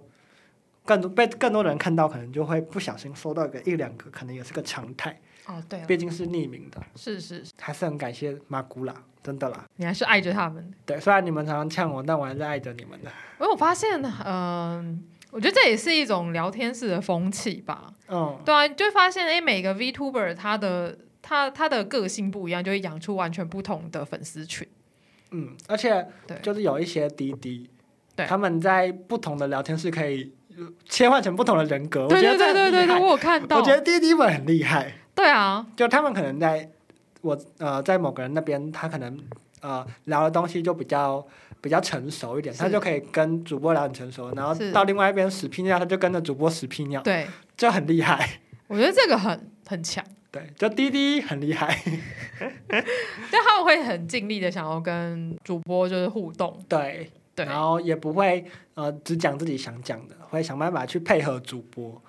Speaker 2: 更多被更多人看到，可能就会不小心收到个一两个，可能也是个常态。
Speaker 1: 哦，对了，
Speaker 2: 毕竟是匿名的，
Speaker 1: 是是是，
Speaker 2: 还是很感谢马古啦，真的啦。
Speaker 1: 你还是爱着他们的。
Speaker 2: 对，虽然你们常常呛我，但我还是爱着你们的。
Speaker 1: 因为我发现，嗯、我觉得这也是一种聊天式的风气吧。
Speaker 2: 嗯，
Speaker 1: 对啊，你就会发现，哎，每个 VTuber 他的他他的个性不一样，就会养出完全不同的粉丝群。
Speaker 2: 嗯，而且
Speaker 1: 对
Speaker 2: 就是有一些滴滴，
Speaker 1: 对
Speaker 2: 他们在不同的聊天室可以呃切换成不同的人格，我
Speaker 1: 对
Speaker 2: 觉得
Speaker 1: 对
Speaker 2: 这
Speaker 1: 对
Speaker 2: 很
Speaker 1: 对对
Speaker 2: 厉
Speaker 1: 对，
Speaker 2: 害
Speaker 1: 我有看到。
Speaker 2: 我觉得滴滴们很厉害，
Speaker 1: 对啊，
Speaker 2: 就他们可能在我呃在某个人那边，他可能呃聊的东西就比较比较成熟一点，
Speaker 1: 是
Speaker 2: 他就可以跟主播聊很成熟，然后
Speaker 1: 是
Speaker 2: 到另外一边屎屁尿，他就跟着主播屎屁尿，
Speaker 1: 对，
Speaker 2: 就很厉害。 (laughs)
Speaker 1: 我觉得这个很很强，
Speaker 2: 对，就滴滴很厉害。
Speaker 1: 就他们会很尽力的想要跟主播就是互动。
Speaker 2: 对，
Speaker 1: (laughs) 对
Speaker 2: 然后也不会呃只讲自己想讲的，会想办法去配合主播。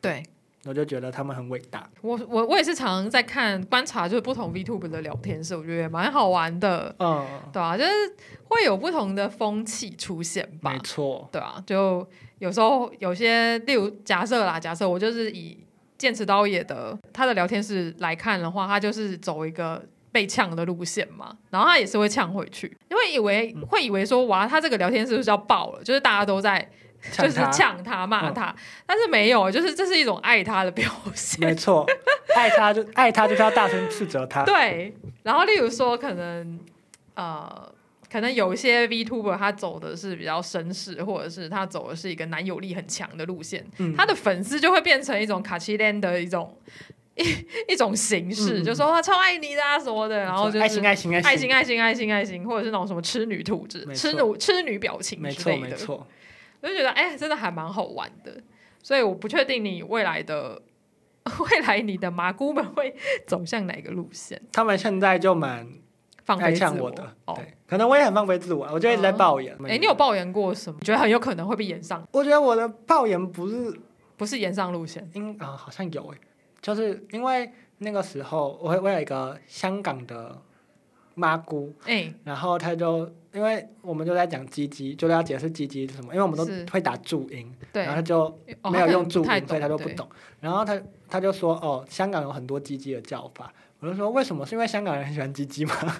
Speaker 1: 对，
Speaker 2: 我就觉得他们很伟大。
Speaker 1: 我我我也是常常在看观察，就是不同 VTuber 的聊天室，我觉得也蛮好玩的。
Speaker 2: 嗯，
Speaker 1: 对啊，就是会有不同的风气出现吧
Speaker 2: 没。错。
Speaker 1: 对啊，就有时候有些，例如假设啦，假设我就是以剑齿刀也的他的聊天室来看的话，他就是走一个被呛的路线嘛，然后他也
Speaker 2: 嗯
Speaker 1: 是会呛回去，因为以为会以为说哇，他这个聊天室就是要爆了，就是大家都在
Speaker 2: 抢
Speaker 1: 就是
Speaker 2: 他
Speaker 1: 呛他骂
Speaker 2: 嗯
Speaker 1: 他，但是没有，就是这是一种爱他的表现
Speaker 2: 没。错，爱他就爱他就是要大声斥责他，
Speaker 1: (laughs) 对，然后例如说可能呃，可能有一些 VTuber 他走的是比较绅士，或者是他走的是一个男友力很强的路线，
Speaker 2: 嗯
Speaker 1: 他的粉丝就会变成一种卡其莲的一种。 (laughs) 一一种形式，
Speaker 2: 嗯嗯
Speaker 1: 就说他超爱你的啊什么的，然后就是
Speaker 2: 爱心爱心爱
Speaker 1: 爱心爱心爱心爱心，或者是那种什么痴女图纸、
Speaker 2: 没错
Speaker 1: 痴女痴女表情
Speaker 2: 没
Speaker 1: 之
Speaker 2: 错
Speaker 1: 类
Speaker 2: 没
Speaker 1: 的，
Speaker 2: 错，
Speaker 1: 我就觉得哎、真的还蛮好玩的。所以我不确定你未来的 (laughs) 未来你的麻姑们会走向哪个路线，
Speaker 2: 他们现在就蛮
Speaker 1: 放
Speaker 2: 爱
Speaker 1: 飞自
Speaker 2: 呛我的，
Speaker 1: 哦，
Speaker 2: 对，可能我也很放飞自我啊，我就一直在
Speaker 1: 嗯
Speaker 2: 抱怨。
Speaker 1: 哎、你有？抱怨过什么？觉得很有可能会被延上，
Speaker 2: 我觉得我的抱怨不是
Speaker 1: 不是延上路线
Speaker 2: 因啊、好像有诶，就是因为那个时候我我有一个香港的妈姑，
Speaker 1: 哎、
Speaker 2: 然后她就因为我们就在讲鸡鸡，就是要解释鸡鸡是什么，因为我们都
Speaker 1: 是
Speaker 2: 会打注音，
Speaker 1: 对
Speaker 2: 然后，她就
Speaker 1: 哦
Speaker 2: 没有用注音，
Speaker 1: 他可能
Speaker 2: 所以
Speaker 1: 太
Speaker 2: 她就不
Speaker 1: 对 (laughs)
Speaker 2: 懂。然后她她就说哦，香港有很多鸡鸡的叫法。我就说为什么？是因为香港人很喜欢鸡鸡吗？
Speaker 1: 啊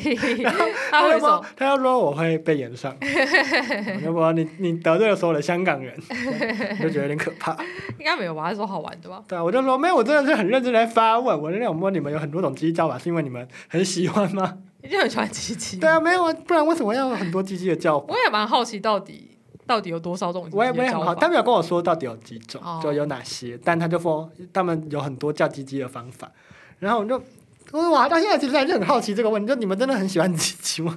Speaker 1: 他
Speaker 2: 他
Speaker 1: 会
Speaker 2: 就
Speaker 1: 说
Speaker 2: 说，他要说我会被延
Speaker 1: (laughs)
Speaker 2: 上，我就说你你得罪了所有的香港人， (laughs) 我就觉得有点可怕。
Speaker 1: 应该没有吧？他说好玩的吧？
Speaker 2: 对啊，我就说没有，我真的是很认真地在发问。我就想问你们有很多种鸡叫法，是因为你们很喜欢吗？ (laughs)
Speaker 1: 一定很喜欢七七。
Speaker 2: 对啊，没有，啊，不然为什么要有很多鸡鸡的叫法？
Speaker 1: 我也蛮好奇到底到底有多少种
Speaker 2: 我也我也
Speaker 1: 交
Speaker 2: 很
Speaker 1: 法
Speaker 2: 好，他没有跟我说到底有几种，
Speaker 1: 哦
Speaker 2: 就有哪些，但他就说他们有很多叫鸡鸡的方法。然后我就我我到现在其实还是很好奇这个问题，就你们真的很喜欢鸡鸡
Speaker 1: (laughs)
Speaker 2: 吗？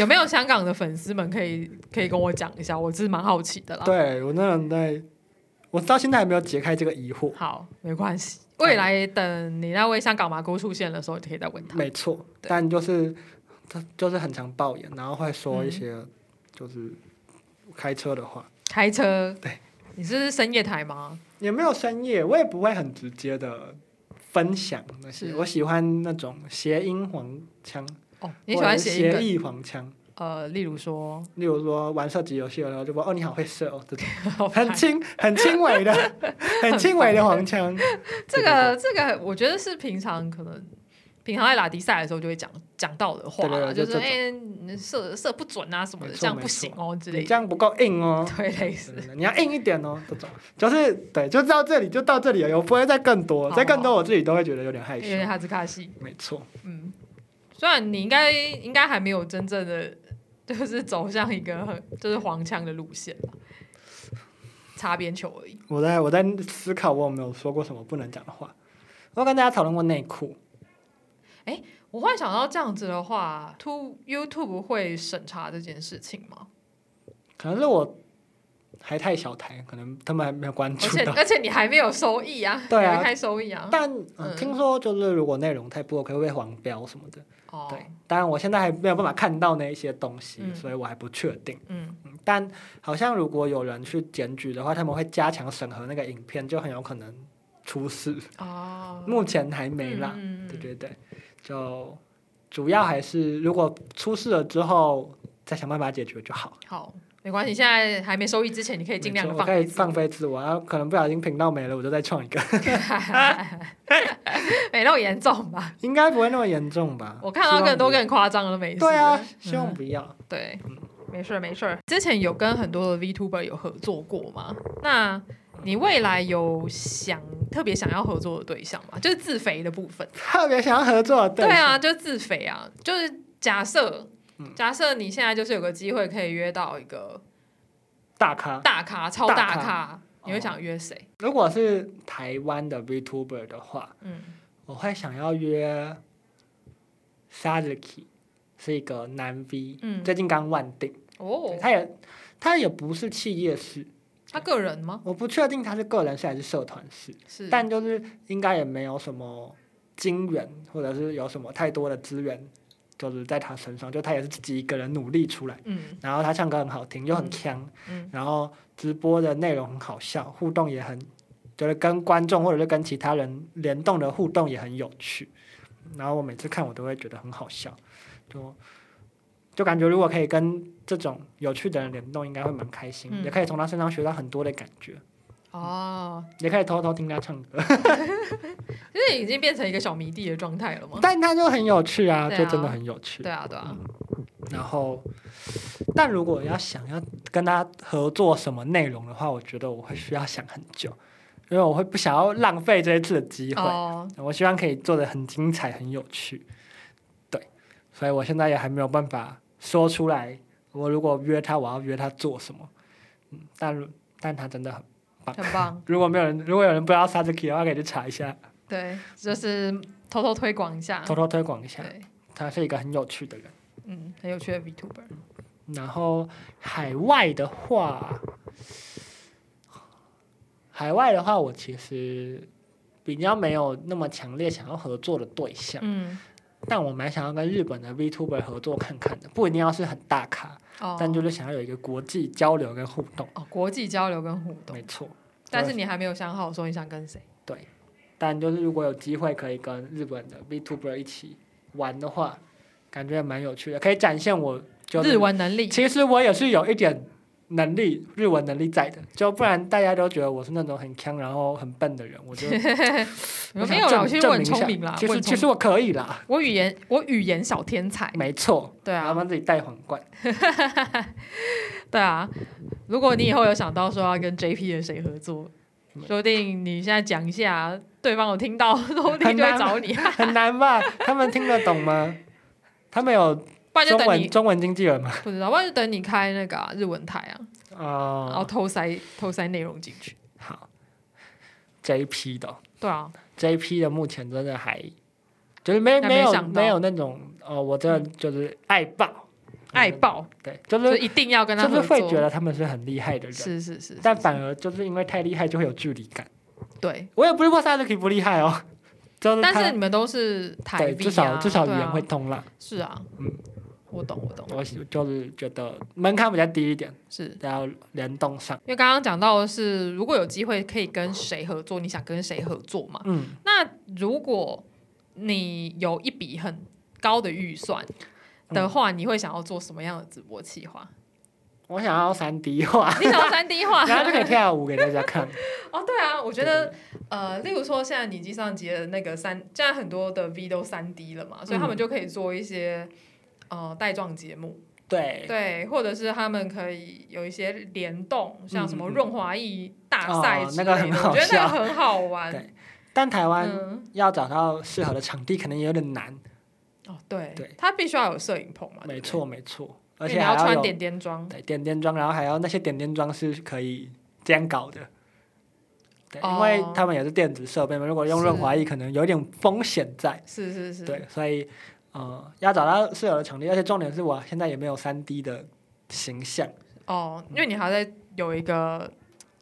Speaker 1: 有没有香港的粉丝们可以可以跟我讲一下？我是蛮好奇的啦。
Speaker 2: 对我那种在，我到现在还没有解开这个
Speaker 1: (laughs)
Speaker 2: 疑惑。
Speaker 1: 好，没关系，未来等你那位香港麻姑出现的时候，你可以再问他。
Speaker 2: 没错，
Speaker 1: 对
Speaker 2: 但就是他就是很常抱怨，然后会说一些
Speaker 1: 嗯
Speaker 2: 就是开车的话，
Speaker 1: 开车，
Speaker 2: 对，
Speaker 1: 你是深夜台吗？
Speaker 2: 也没有深夜，我也不会很直接的分享那些。
Speaker 1: 是
Speaker 2: 我喜欢那种谐音黄腔，
Speaker 1: 哦，你喜欢
Speaker 2: 或者是
Speaker 1: 写一
Speaker 2: 谐
Speaker 1: 个
Speaker 2: 意黄腔，
Speaker 1: 呃，例如说， (laughs)
Speaker 2: 例如说玩射击游戏的时候就说哦你好会射哦这种很轻很轻微的
Speaker 1: (laughs)
Speaker 2: 很轻微的黄腔，
Speaker 1: 这个这个，我觉得是平常可能平常在拉迪赛的时候就会讲讲到的话啦，
Speaker 2: 对对对
Speaker 1: 就
Speaker 2: 就是
Speaker 1: 哎，你射射不准啊什么的，
Speaker 2: 没错
Speaker 1: 这样不行哦之
Speaker 2: 你
Speaker 1: 类
Speaker 2: 这
Speaker 1: 的，
Speaker 2: 样不够硬
Speaker 1: (laughs)
Speaker 2: 哦。
Speaker 1: 对，类
Speaker 2: (laughs)
Speaker 1: 似。
Speaker 2: 你要硬一点哦，这种就是对，就到这里，就到这里了，我不会再更多，
Speaker 1: 好
Speaker 2: 再更多我自己都会觉得有点害
Speaker 1: 有
Speaker 2: 羞。
Speaker 1: 点哈兹卡西，
Speaker 2: 没错，
Speaker 1: 嗯，虽然你应该应该还没有真正的 (laughs) 就是走向一个很就是黄腔的路线吧，擦边球而已。
Speaker 2: 我在我在思考我有没有说过什么不能讲的话。我跟大家讨论过内裤，
Speaker 1: 我幻想到这样子的话，To YouTube 会审查这件事情
Speaker 2: (laughs)
Speaker 1: 吗？
Speaker 2: 可能是我还太小台，可能他们还没有关
Speaker 1: 而
Speaker 2: 注
Speaker 1: 且
Speaker 2: 到。
Speaker 1: 而且你还没有收益啊，
Speaker 2: 对啊
Speaker 1: 还没开收益啊。
Speaker 2: 但、呃
Speaker 1: 嗯
Speaker 2: 听说就是如果内容太不 OK 会被黄标什么的，
Speaker 1: 哦，
Speaker 2: 对。当然我现在还没有办法看到那一些东西，
Speaker 1: 嗯
Speaker 2: 所以我还不确定。
Speaker 1: 嗯，
Speaker 2: 嗯但好像如果有人去检举的话，他们会加强审核那个影片，就很有可能出事。
Speaker 1: 哦，
Speaker 2: 啊目前还没啦，
Speaker 1: 嗯嗯嗯
Speaker 2: 对对对，就主要还是如果出事了之后再想办法解决就好。
Speaker 1: 好，没关系，现在还没收益之前，你可以尽量
Speaker 2: 没
Speaker 1: 的
Speaker 2: 错
Speaker 1: 放
Speaker 2: 我可以
Speaker 1: 飞自
Speaker 2: 放飞自我，然后可能不小心频道没了，我就再创一个，
Speaker 1: 我，没那么严重吧？
Speaker 2: 应该不会那么严重吧？
Speaker 1: 我看到更多更夸张的美
Speaker 2: 希
Speaker 1: 事。
Speaker 2: 望不要对啊，
Speaker 1: 嗯
Speaker 2: 希望不要。
Speaker 1: 对，没事儿没事儿。之前有跟很多的 VTuber 有合作过吗？那你未来有想特别想要合作的对象吗？就是自肥的部分。
Speaker 2: 特别想要合作，
Speaker 1: 对，啊，就是自肥啊，就是假设。
Speaker 2: 嗯
Speaker 1: 假设你现在就是有个机会可以约到一个
Speaker 2: 大咖。
Speaker 1: 大咖、超
Speaker 2: 大
Speaker 1: 大
Speaker 2: 咖
Speaker 1: 咖，你会
Speaker 2: 哦
Speaker 1: 想约谁？
Speaker 2: 如果是台湾的 VTuber 的话，
Speaker 1: 嗯，
Speaker 2: 我会想要约 Sazuki，是一个男 V，、
Speaker 1: 嗯
Speaker 2: 最近刚万定，
Speaker 1: 哦
Speaker 2: 对，他也他也不是企业式，
Speaker 1: 他个人吗？
Speaker 2: 我不确定他是个人式还是社团式，
Speaker 1: 是，
Speaker 2: 但就是应该也没有什么金源，或者是有什么太多的资源，就是在他身上，就他也是自己一个人努力出来。
Speaker 1: 嗯
Speaker 2: 然后他唱歌很好听，又很
Speaker 1: 嗯
Speaker 2: 强，
Speaker 1: 嗯
Speaker 2: 然后直播的内容很好笑，互动也很，就是跟观众或者是跟其他人联动的互动也很有趣。然后我每次看我都会觉得很好笑，就就感觉如果可以跟这种有趣的人联动，应该会蛮开心，
Speaker 1: 嗯
Speaker 2: 也可以从他身上学到很多的感觉，
Speaker 1: 哦，
Speaker 2: 也可以偷偷听他唱歌。
Speaker 1: 就是已经变成一个小迷弟的状态了吗？
Speaker 2: 但他就很有趣啊，
Speaker 1: 对啊
Speaker 2: 就真的很有趣。
Speaker 1: 对啊，对啊，
Speaker 2: 然后但如果要想要跟他合作什么内容的话，我觉得我会需要想很久，因为我会不想要浪费这一次的机会。
Speaker 1: 哦，
Speaker 2: 我希望可以做的很精彩、很有趣。对，所以我现在也还没有办法说出来。我如果约他，我要约他做什么？嗯，但如但他真的很，
Speaker 1: 很棒，
Speaker 2: 如果没有人，如果有人不知道 Sasuke 的话，可以去查一下，
Speaker 1: 对，就是偷偷推广一下，
Speaker 2: 偷偷推广一下。
Speaker 1: 对，
Speaker 2: 他是一个很有趣的人。
Speaker 1: 嗯，很有趣的 Vtuber，
Speaker 2: 然后海外的话，海外的话，我其实比较没有那么强烈想要合作的对象。
Speaker 1: 嗯，
Speaker 2: 但我蛮想要跟日本的 VTuber 合作看看的，不一定要是很大咖，
Speaker 1: 哦，
Speaker 2: 但就是想要有一个国际交流跟互动。
Speaker 1: 哦，国际交流跟互动，
Speaker 2: 没错，
Speaker 1: 但是你还没有想好说你想跟谁，
Speaker 2: 对，但就是如果有机会可以跟日本的 VTuber 一起玩的话，感觉也蛮有趣的，可以展现我就是
Speaker 1: 日文能力，
Speaker 2: 其实我也是有一点能力，日文能力在的，就不然大家都觉得我是那种很强然后很笨的人，
Speaker 1: (laughs)
Speaker 2: 我就我想
Speaker 1: 没有啦，
Speaker 2: 证
Speaker 1: 我其实
Speaker 2: 证
Speaker 1: 我很
Speaker 2: 明一
Speaker 1: 聪
Speaker 2: 下
Speaker 1: 明啦，
Speaker 2: 其
Speaker 1: 我
Speaker 2: 实
Speaker 1: 很
Speaker 2: 其
Speaker 1: 聪
Speaker 2: 实
Speaker 1: 明，
Speaker 2: 我可以啦，
Speaker 1: 我语言我语言小天才，
Speaker 2: 没错，
Speaker 1: 对
Speaker 2: 然后
Speaker 1: 啊，
Speaker 2: 帮自己戴皇冠，
Speaker 1: 对啊，如果你以后有想到说要跟 JP 的谁合作，
Speaker 2: 嗯
Speaker 1: 说不定你现在讲一下，对方有听到，说不定就会找你，
Speaker 2: 啊很难吧？他们听得懂吗？他们有
Speaker 1: (laughs) 不然就
Speaker 2: 中
Speaker 1: 等
Speaker 2: 文
Speaker 1: 你
Speaker 2: 中文经纪人吗？
Speaker 1: 不知道，不然就等你开那个啊、日文台啊，然后
Speaker 2: 哦，
Speaker 1: 偷塞偷塞内容进去，
Speaker 2: 好，JP 的哦
Speaker 1: 对啊，
Speaker 2: JP 的目前真的还就是没
Speaker 1: 还没
Speaker 2: 没有
Speaker 1: 想到
Speaker 2: 没有那种哦，我真的就是爱爆
Speaker 1: 爱爆，
Speaker 2: 对，就是
Speaker 1: 就一定要跟他
Speaker 2: 就是
Speaker 1: 合
Speaker 2: 会觉
Speaker 1: 作。
Speaker 2: 得他们是很厉害的人，
Speaker 1: 是是是，
Speaker 2: 但
Speaker 1: 是
Speaker 2: 反而就是因为太厉害就会有距离感。
Speaker 1: 对，
Speaker 2: 我也不是说萨 a 克不厉害哦， (laughs) 就是
Speaker 1: 但
Speaker 2: 他
Speaker 1: 是你们都是台
Speaker 2: 对
Speaker 1: 币、啊，
Speaker 2: 至少至少语
Speaker 1: 对啊
Speaker 2: 言会通啦。
Speaker 1: 是啊，
Speaker 2: 嗯
Speaker 1: 我懂我懂，
Speaker 2: 我就是觉得门槛比较低一点，
Speaker 1: 是因
Speaker 2: 然后联动上，
Speaker 1: 为刚刚讲到的是，如果有机会可以跟谁合作，你想跟谁合作嘛？
Speaker 2: 嗯，
Speaker 1: 那如果你有一笔很高的预算的话，
Speaker 2: 嗯
Speaker 1: 你会想要做什么样的直播企划？
Speaker 2: 我想要三 D (laughs) 画，
Speaker 1: 你想要三 D 化？
Speaker 2: 然后就可以跳舞给大家
Speaker 1: (laughs)
Speaker 2: 看。
Speaker 1: 哦，对啊，我觉得呃，例如说现在你机上集的那个三，现在很多的 V 都三 D 了嘛，所以
Speaker 2: 嗯
Speaker 1: 他们就可以做一些、呃带状节目，
Speaker 2: 对
Speaker 1: 对，或者是他们可以有一些联动，像什么
Speaker 2: 嗯嗯嗯
Speaker 1: 润滑液大赛
Speaker 2: 哦
Speaker 1: 之类的，
Speaker 2: 那个很好
Speaker 1: 我觉得那个
Speaker 2: 笑
Speaker 1: 很
Speaker 2: (laughs)
Speaker 1: 好玩
Speaker 2: 对。但台湾
Speaker 1: 嗯，
Speaker 2: 要找到适合的场地可能也有点难，
Speaker 1: 哦，对，
Speaker 2: 对
Speaker 1: 他必须要有摄影棚嘛，对
Speaker 2: 没
Speaker 1: 不对，
Speaker 2: 错没错，而
Speaker 1: 因为
Speaker 2: 且
Speaker 1: 你
Speaker 2: 还
Speaker 1: 要穿
Speaker 2: 有
Speaker 1: 点点装，
Speaker 2: 对点点装，然后还要那些点点装是可以这样搞的。对，
Speaker 1: 哦
Speaker 2: 因为他们也是电子设备嘛，如果用
Speaker 1: 是
Speaker 2: 润滑液，可能有点风险在。
Speaker 1: 是是是，
Speaker 2: 对，所以呃，要找到适合的场地，而且重点是我现在也没有三 D 的形象，
Speaker 1: 哦，
Speaker 2: 嗯
Speaker 1: 因为你还在有一个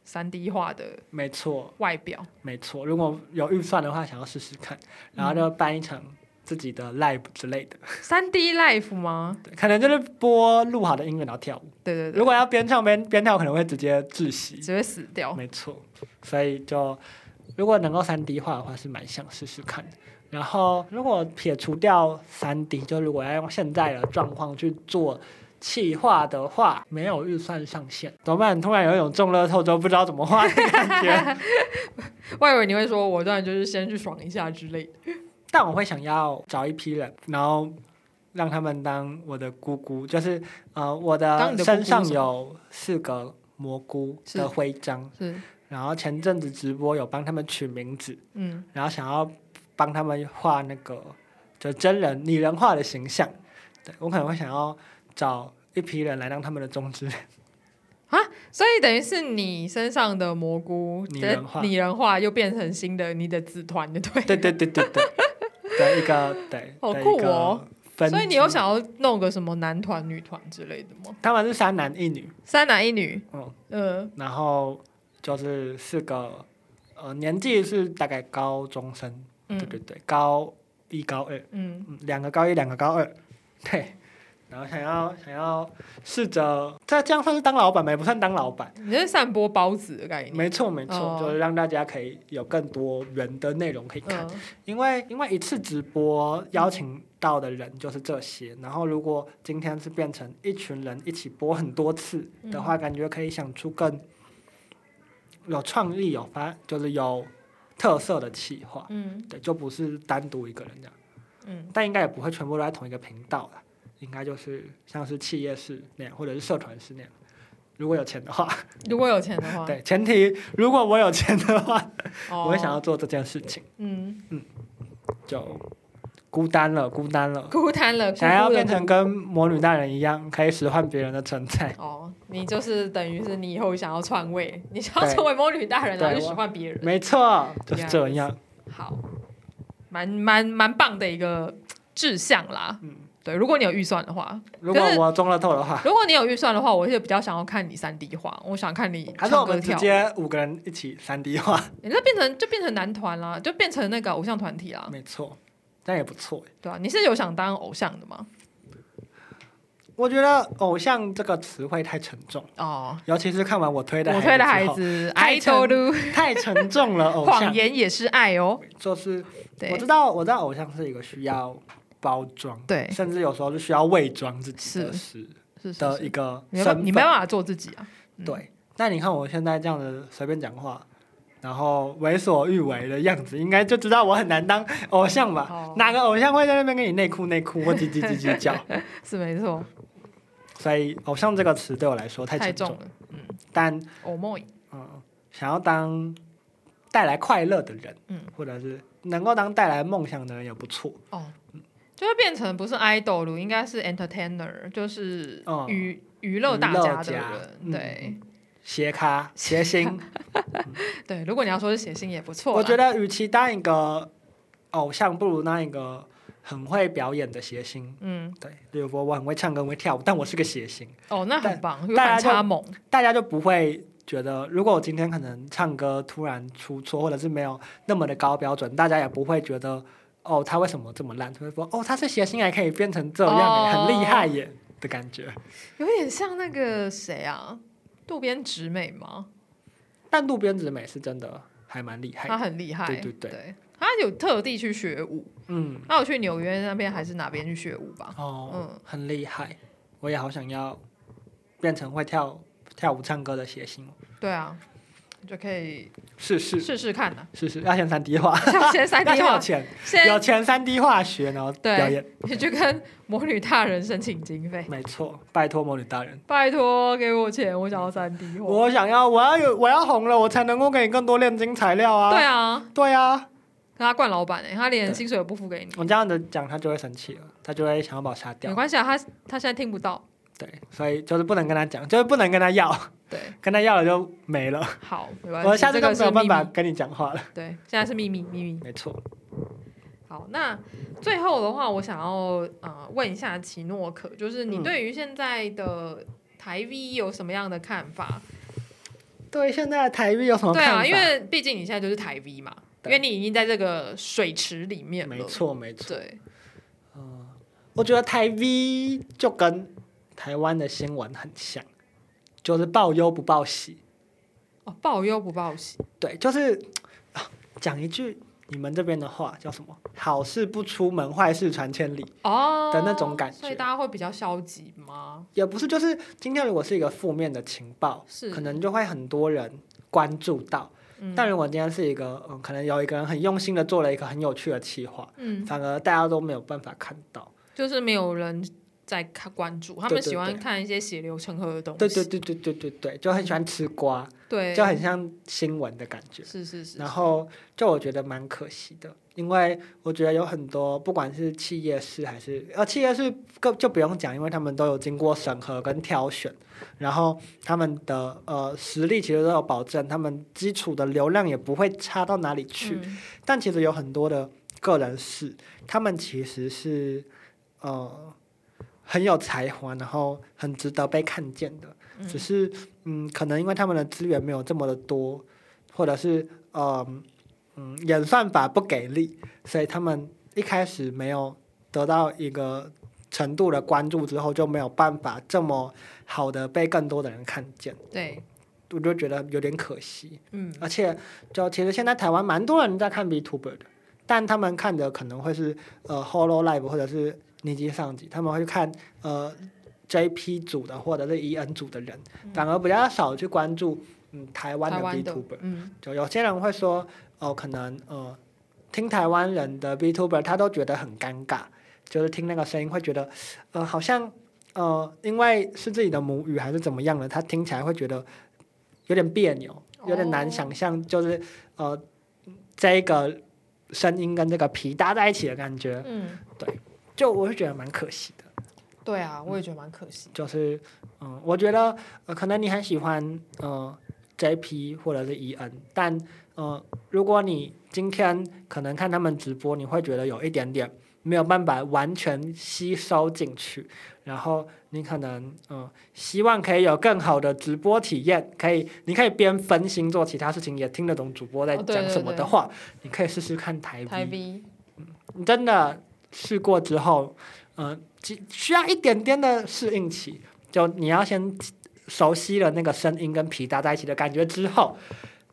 Speaker 1: 三 D 化的
Speaker 2: 没错，
Speaker 1: 外表，
Speaker 2: 没错。如果有预算的话，想要试试看，然后就办一场自己的 live 之类的，
Speaker 1: 三 D life 吗？
Speaker 2: 对，可能就是播录好的音乐然后跳舞。
Speaker 1: 对对对，
Speaker 2: 如果要边唱边边跳，可能会直接窒息，
Speaker 1: 只会死掉。
Speaker 2: 没错。所以就如果能够三 D 化的话，是蛮想试试看的。然后，如果撇除掉三 D，就如果要用现在的状况去做企划的话，没有预算上限，怎么办？突然有一种中乐透都不知道怎么花的
Speaker 1: (laughs)
Speaker 2: 感觉。
Speaker 1: 我以为你会说，我当然就是先去爽一下之类的。
Speaker 2: 但我会想要找一批人，然后让他们当我的姑姑，就是呃，我
Speaker 1: 当你
Speaker 2: 的
Speaker 1: 的姑姑
Speaker 2: 身上
Speaker 1: 是吗
Speaker 2: 有四个蘑菇
Speaker 1: 是
Speaker 2: 的徽章，
Speaker 1: 是，
Speaker 2: 然后前阵子直播有帮他们取名字，
Speaker 1: 嗯，
Speaker 2: 然后想要帮他们画那个就真人拟人化的形象。对我可能会想要找一批人来当他们的
Speaker 1: (laughs)
Speaker 2: 中之人，
Speaker 1: 所以等于是你身上的蘑菇
Speaker 2: 拟人化
Speaker 1: 拟人化又变成新的你的子团，对对
Speaker 2: 对对对对对的一个对，
Speaker 1: 好
Speaker 2: 的一
Speaker 1: 酷
Speaker 2: 个
Speaker 1: 哦
Speaker 2: (laughs) 分支
Speaker 1: 所以你有想要弄个什么男团、女团之类的吗？
Speaker 2: 他们是三男一女，
Speaker 1: 三男一女，
Speaker 2: 嗯，
Speaker 1: 嗯，
Speaker 2: 然后就是四个呃年纪是大概高中生，
Speaker 1: 嗯
Speaker 2: 对对对，高一高二，
Speaker 1: 嗯，
Speaker 2: 嗯，两个高一，两个高二，对。然后想要想要试着，这这样算是当老板吗？也不算当老板，
Speaker 1: 你是散播包子的概念，
Speaker 2: 没错，没错，
Speaker 1: 哦
Speaker 2: 就是让大家可以有更多人的内容可以看，
Speaker 1: 嗯，
Speaker 2: 因为因为一次直播邀请到的人就是这些，然后如果今天是变成一群人一起播很多次的
Speaker 1: 嗯
Speaker 2: 话，感觉可以想出更有创意、有发就是有特色的企划，
Speaker 1: 嗯
Speaker 2: 对，就不是单独一个人这样，
Speaker 1: 嗯，
Speaker 2: 但应该也不会全部都在同一个频道啦，应该就是像是企业式那样，或者是社团式那样。如果有钱的话，
Speaker 1: 如果有钱的话，
Speaker 2: (laughs) 对，前提如果我有钱的话，
Speaker 1: 哦，
Speaker 2: 我会想要做这件事情。
Speaker 1: 嗯，
Speaker 2: 就孤单了，孤单了，
Speaker 1: 孤单了，
Speaker 2: 想
Speaker 1: 孤
Speaker 2: 要
Speaker 1: 独的
Speaker 2: 变成跟魔女大人一样，可以使唤别人的存
Speaker 1: (laughs)
Speaker 2: 在。
Speaker 1: 哦，你就是等于是你以后想要篡位，你想要
Speaker 2: 对
Speaker 1: 成为魔女大人，
Speaker 2: 对
Speaker 1: 然后去
Speaker 2: 我
Speaker 1: 使唤别人。
Speaker 2: 没错，就是这样。
Speaker 1: 好，蛮蛮蛮棒的一个志向啦。
Speaker 2: 嗯
Speaker 1: 对，如果你有预算的话，
Speaker 2: 如果我中了头的话，
Speaker 1: 如果你有预算的话，我是比较想要看你三 D 化，我想看你
Speaker 2: 还是
Speaker 1: 唱
Speaker 2: 我
Speaker 1: 歌
Speaker 2: 们直
Speaker 1: 跳舞。
Speaker 2: 接五个人一起三
Speaker 1: (laughs)
Speaker 2: D 画，
Speaker 1: 你那变成就变成男团啦，就变成那个偶像团体啦，
Speaker 2: 没错，但也不错。
Speaker 1: 对啊，你是有想当偶像的吗？
Speaker 2: 我觉得“偶像”这个词汇太沉重，
Speaker 1: 哦，
Speaker 2: 尤其是看完我推的
Speaker 1: 我推的
Speaker 2: 孩
Speaker 1: 孩
Speaker 2: 子之
Speaker 1: 子，爱
Speaker 2: 太沉
Speaker 1: 豆路，
Speaker 2: 后，太沉
Speaker 1: (laughs)
Speaker 2: 重了。偶
Speaker 1: 谎
Speaker 2: 像
Speaker 1: 言也是爱哦。
Speaker 2: 就是我
Speaker 1: 对
Speaker 2: 知，道，我知道，偶像是一个需要包装，
Speaker 1: 对
Speaker 2: 甚至有时候是需要伪装自己的
Speaker 1: 是
Speaker 2: 事
Speaker 1: 是是
Speaker 2: 的一
Speaker 1: 是，
Speaker 2: 个
Speaker 1: 你没办
Speaker 2: 身
Speaker 1: 法
Speaker 2: 份。
Speaker 1: 你没办法做自己啊。嗯
Speaker 2: 对，那你看我现在这样子随便讲话，然后为所欲为的样子，应该就知道我很难当偶像吧？
Speaker 1: 哦
Speaker 2: 哪个偶像会在啊那边跟你内裤内裤或叽叽叽叽叫？ (laughs)
Speaker 1: 是没错，
Speaker 2: 所以“偶像”这个词对我来说太
Speaker 1: 太
Speaker 2: 沉重，
Speaker 1: 重了。嗯，
Speaker 2: 但
Speaker 1: 偶梦
Speaker 2: 嗯，想要当带来快乐的人，
Speaker 1: 嗯，
Speaker 2: 或者是能够当带来梦想的人也不错。
Speaker 1: 哦，就会变成不是 idol 了，应该是 entertainer，就是
Speaker 2: 嗯
Speaker 1: 娱娱乐大家的
Speaker 2: 娱乐家
Speaker 1: 人。
Speaker 2: 嗯
Speaker 1: 对 (laughs)
Speaker 2: 斜咖、斜星，
Speaker 1: 对，如果你要说是写信也不错啦，
Speaker 2: 我觉得与其当一个偶像，不如当一个很会表演的谐星。
Speaker 1: 嗯，
Speaker 2: 对，例如说我很会唱歌，很会跳舞，但我是个谐星，
Speaker 1: 哦，那很棒，有
Speaker 2: 大家
Speaker 1: 反
Speaker 2: 就
Speaker 1: 差萌，
Speaker 2: 大家就不会觉得，如果我今天可能唱歌突然出错，或者是没有那么的高标准，大家也不会觉得哦，他为什么这么烂？就会说哦，他是谐星还可以变成这样耶、
Speaker 1: 哦
Speaker 2: 很厉害耶的感觉。
Speaker 1: 有点像那个谁啊，渡边直美吗？
Speaker 2: 但渡边直美是真的还蛮厉害
Speaker 1: 她
Speaker 2: 的，
Speaker 1: 很厉害，
Speaker 2: 对对对
Speaker 1: 她有特地去学舞，
Speaker 2: 嗯，
Speaker 1: 她有去纽约那边还是哪边去学舞吧？
Speaker 2: 哦，
Speaker 1: 嗯
Speaker 2: 很厉害，我也好想要变成会跳跳舞唱歌的谐星哦，
Speaker 1: 对啊，你就可以
Speaker 2: 是是
Speaker 1: 试试
Speaker 2: (laughs)
Speaker 1: 看呐、啊
Speaker 2: 是是，要先三 D 化，
Speaker 1: 先三 D
Speaker 2: 要先有
Speaker 1: 化，
Speaker 2: 钱，
Speaker 1: 先
Speaker 2: 有钱三 D 化学，然后
Speaker 1: 对
Speaker 2: 表演，
Speaker 1: 你去跟魔女大人申请经费。
Speaker 2: 没错，拜托魔女大人。
Speaker 1: 拜托给我钱，我想要三 D 化。
Speaker 2: 我想要，我要有，我要红了，我才能够给你更多炼金材料啊！
Speaker 1: 对，啊，
Speaker 2: 对啊，
Speaker 1: 可他惯老板哎、他连
Speaker 2: 对
Speaker 1: 薪水也不付给你，
Speaker 2: 我这样子讲，他就会生气了，他就会想要把我杀
Speaker 1: 没
Speaker 2: 掉。
Speaker 1: 关系啊，他他现在听不到。
Speaker 2: 对，所以就是不能跟他讲，就是不能跟他要， (laughs)
Speaker 1: 对，
Speaker 2: 跟他要了就没了。
Speaker 1: 好，没关系，
Speaker 2: 我下次
Speaker 1: 这个
Speaker 2: 都没
Speaker 1: 是
Speaker 2: 有
Speaker 1: 秘
Speaker 2: 办
Speaker 1: 密。
Speaker 2: 法跟你讲话了。
Speaker 1: 对，现在是秘密，秘密。
Speaker 2: 没错，
Speaker 1: 好，那最后的话，我想要呃问一下奇诺可，就是你
Speaker 2: 嗯
Speaker 1: 对于现在的台 V 有什么样的看法？
Speaker 2: 对现在的台币有什么
Speaker 1: 对
Speaker 2: 看
Speaker 1: 啊，
Speaker 2: 法？
Speaker 1: 因为毕竟你现在就是台 V 嘛，因
Speaker 2: 对
Speaker 1: 为你已经在这个水池里面了。
Speaker 2: 没，错没错，嗯
Speaker 1: 对，
Speaker 2: 我觉得台 V 就跟台湾的新闻很像，就是报忧不报喜。
Speaker 1: 哦，报忧不报喜，
Speaker 2: 对，就是啊讲一句你们这边的话叫什么？好事不出门，坏事传千里。
Speaker 1: 哦
Speaker 2: 的那种感
Speaker 1: 所以
Speaker 2: 觉
Speaker 1: 大家会比较消极吗？
Speaker 2: 也不是，就是今天如果是一个负面的情报，
Speaker 1: 是，
Speaker 2: 可能就会很多人关注到。
Speaker 1: 嗯
Speaker 2: 但如果今天是一个，嗯，可能有一个人很用心的做了一个很有趣的企划，
Speaker 1: 嗯，
Speaker 2: 反而大家都没有办法看到。
Speaker 1: 就是没有人在看关注，他
Speaker 2: 对
Speaker 1: 们
Speaker 2: 对
Speaker 1: 喜欢
Speaker 2: 对
Speaker 1: 看一些血流成河的东西。
Speaker 2: 对对对对对对对，就很喜欢吃瓜，
Speaker 1: 对
Speaker 2: 就很像新闻的感觉。
Speaker 1: 是是是，
Speaker 2: 然后就我觉得蛮可惜的，因为我觉得有很多不管是企业式还是呃企业式更就不用讲，因为他们都有经过审核跟挑选，然后他们的呃实力其实都有保证，他们基础的流量也不会差到哪里去。
Speaker 1: 嗯
Speaker 2: 但其实有很多的个人是，他们其实是呃很有才华，然后很值得被看见的。
Speaker 1: 嗯
Speaker 2: 只是嗯，可能因为他们的资源没有这么的多，或者是呃嗯演算法不给力，所以他们一开始没有得到一个程度的关注之后，就没有办法这么好的被更多的人看见。
Speaker 1: 对，
Speaker 2: 我就觉得有点可惜。
Speaker 1: 嗯，
Speaker 2: 而且就其实现在台湾蛮多人在看 Vtuber 的，但他们看的可能会是呃 Holo Live 或者是尼基上集，他们会去看呃 JP 组的或者是 EN 组的人，反而比较少去关注嗯台湾的
Speaker 1: 嗯台湾的
Speaker 2: Vtuber。
Speaker 1: 嗯，
Speaker 2: 就有些人会说哦、可能呃听台湾人的 Vtuber 他都觉得很尴尬，就是听那个声音会觉得，呃，好像呃，因为是自己的母语还是怎么样的，他听起来会觉得有点别扭，有点难想象，就是呃，这一个声音跟这个皮搭在一起的感觉，
Speaker 1: 嗯，
Speaker 2: 就我会觉得蛮可惜的。
Speaker 1: 对啊，我也觉得蛮可惜。
Speaker 2: 就是嗯、我觉得呃，可能你很喜欢呃 JP 或者是 EN，但呃，如果你今天可能看他们直播，你会觉得有一点点没有办法完全吸收进去，然后你可能嗯、呃希望可以有更好的直播体验，可以你可以边分心做其他事情，也听得懂主播在
Speaker 1: 哦对
Speaker 2: 讲什
Speaker 1: 对
Speaker 2: 么
Speaker 1: 对
Speaker 2: 的话，你可以试试看嗯台 B
Speaker 1: 台 B
Speaker 2: 你真的试过之后，嗯、只需要一点点的适应期，就你要先熟悉了那个声音跟皮搭在一起的感觉之后，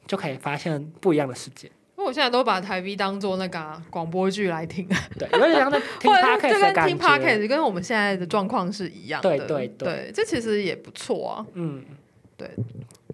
Speaker 2: 就可以发现不一样的世界。
Speaker 1: 因为我现在都把台 B 当做那个啊广播剧来
Speaker 2: (laughs)
Speaker 1: 听，
Speaker 2: 对，有点像在
Speaker 1: (laughs)
Speaker 2: 听
Speaker 1: 或者
Speaker 2: podcast
Speaker 1: 是
Speaker 2: 的
Speaker 1: 这跟
Speaker 2: 感觉。
Speaker 1: 听 podcast 跟我们现在的状况是一样的。
Speaker 2: 对对对
Speaker 1: 对，这其实也不错啊。
Speaker 2: 嗯，
Speaker 1: 对。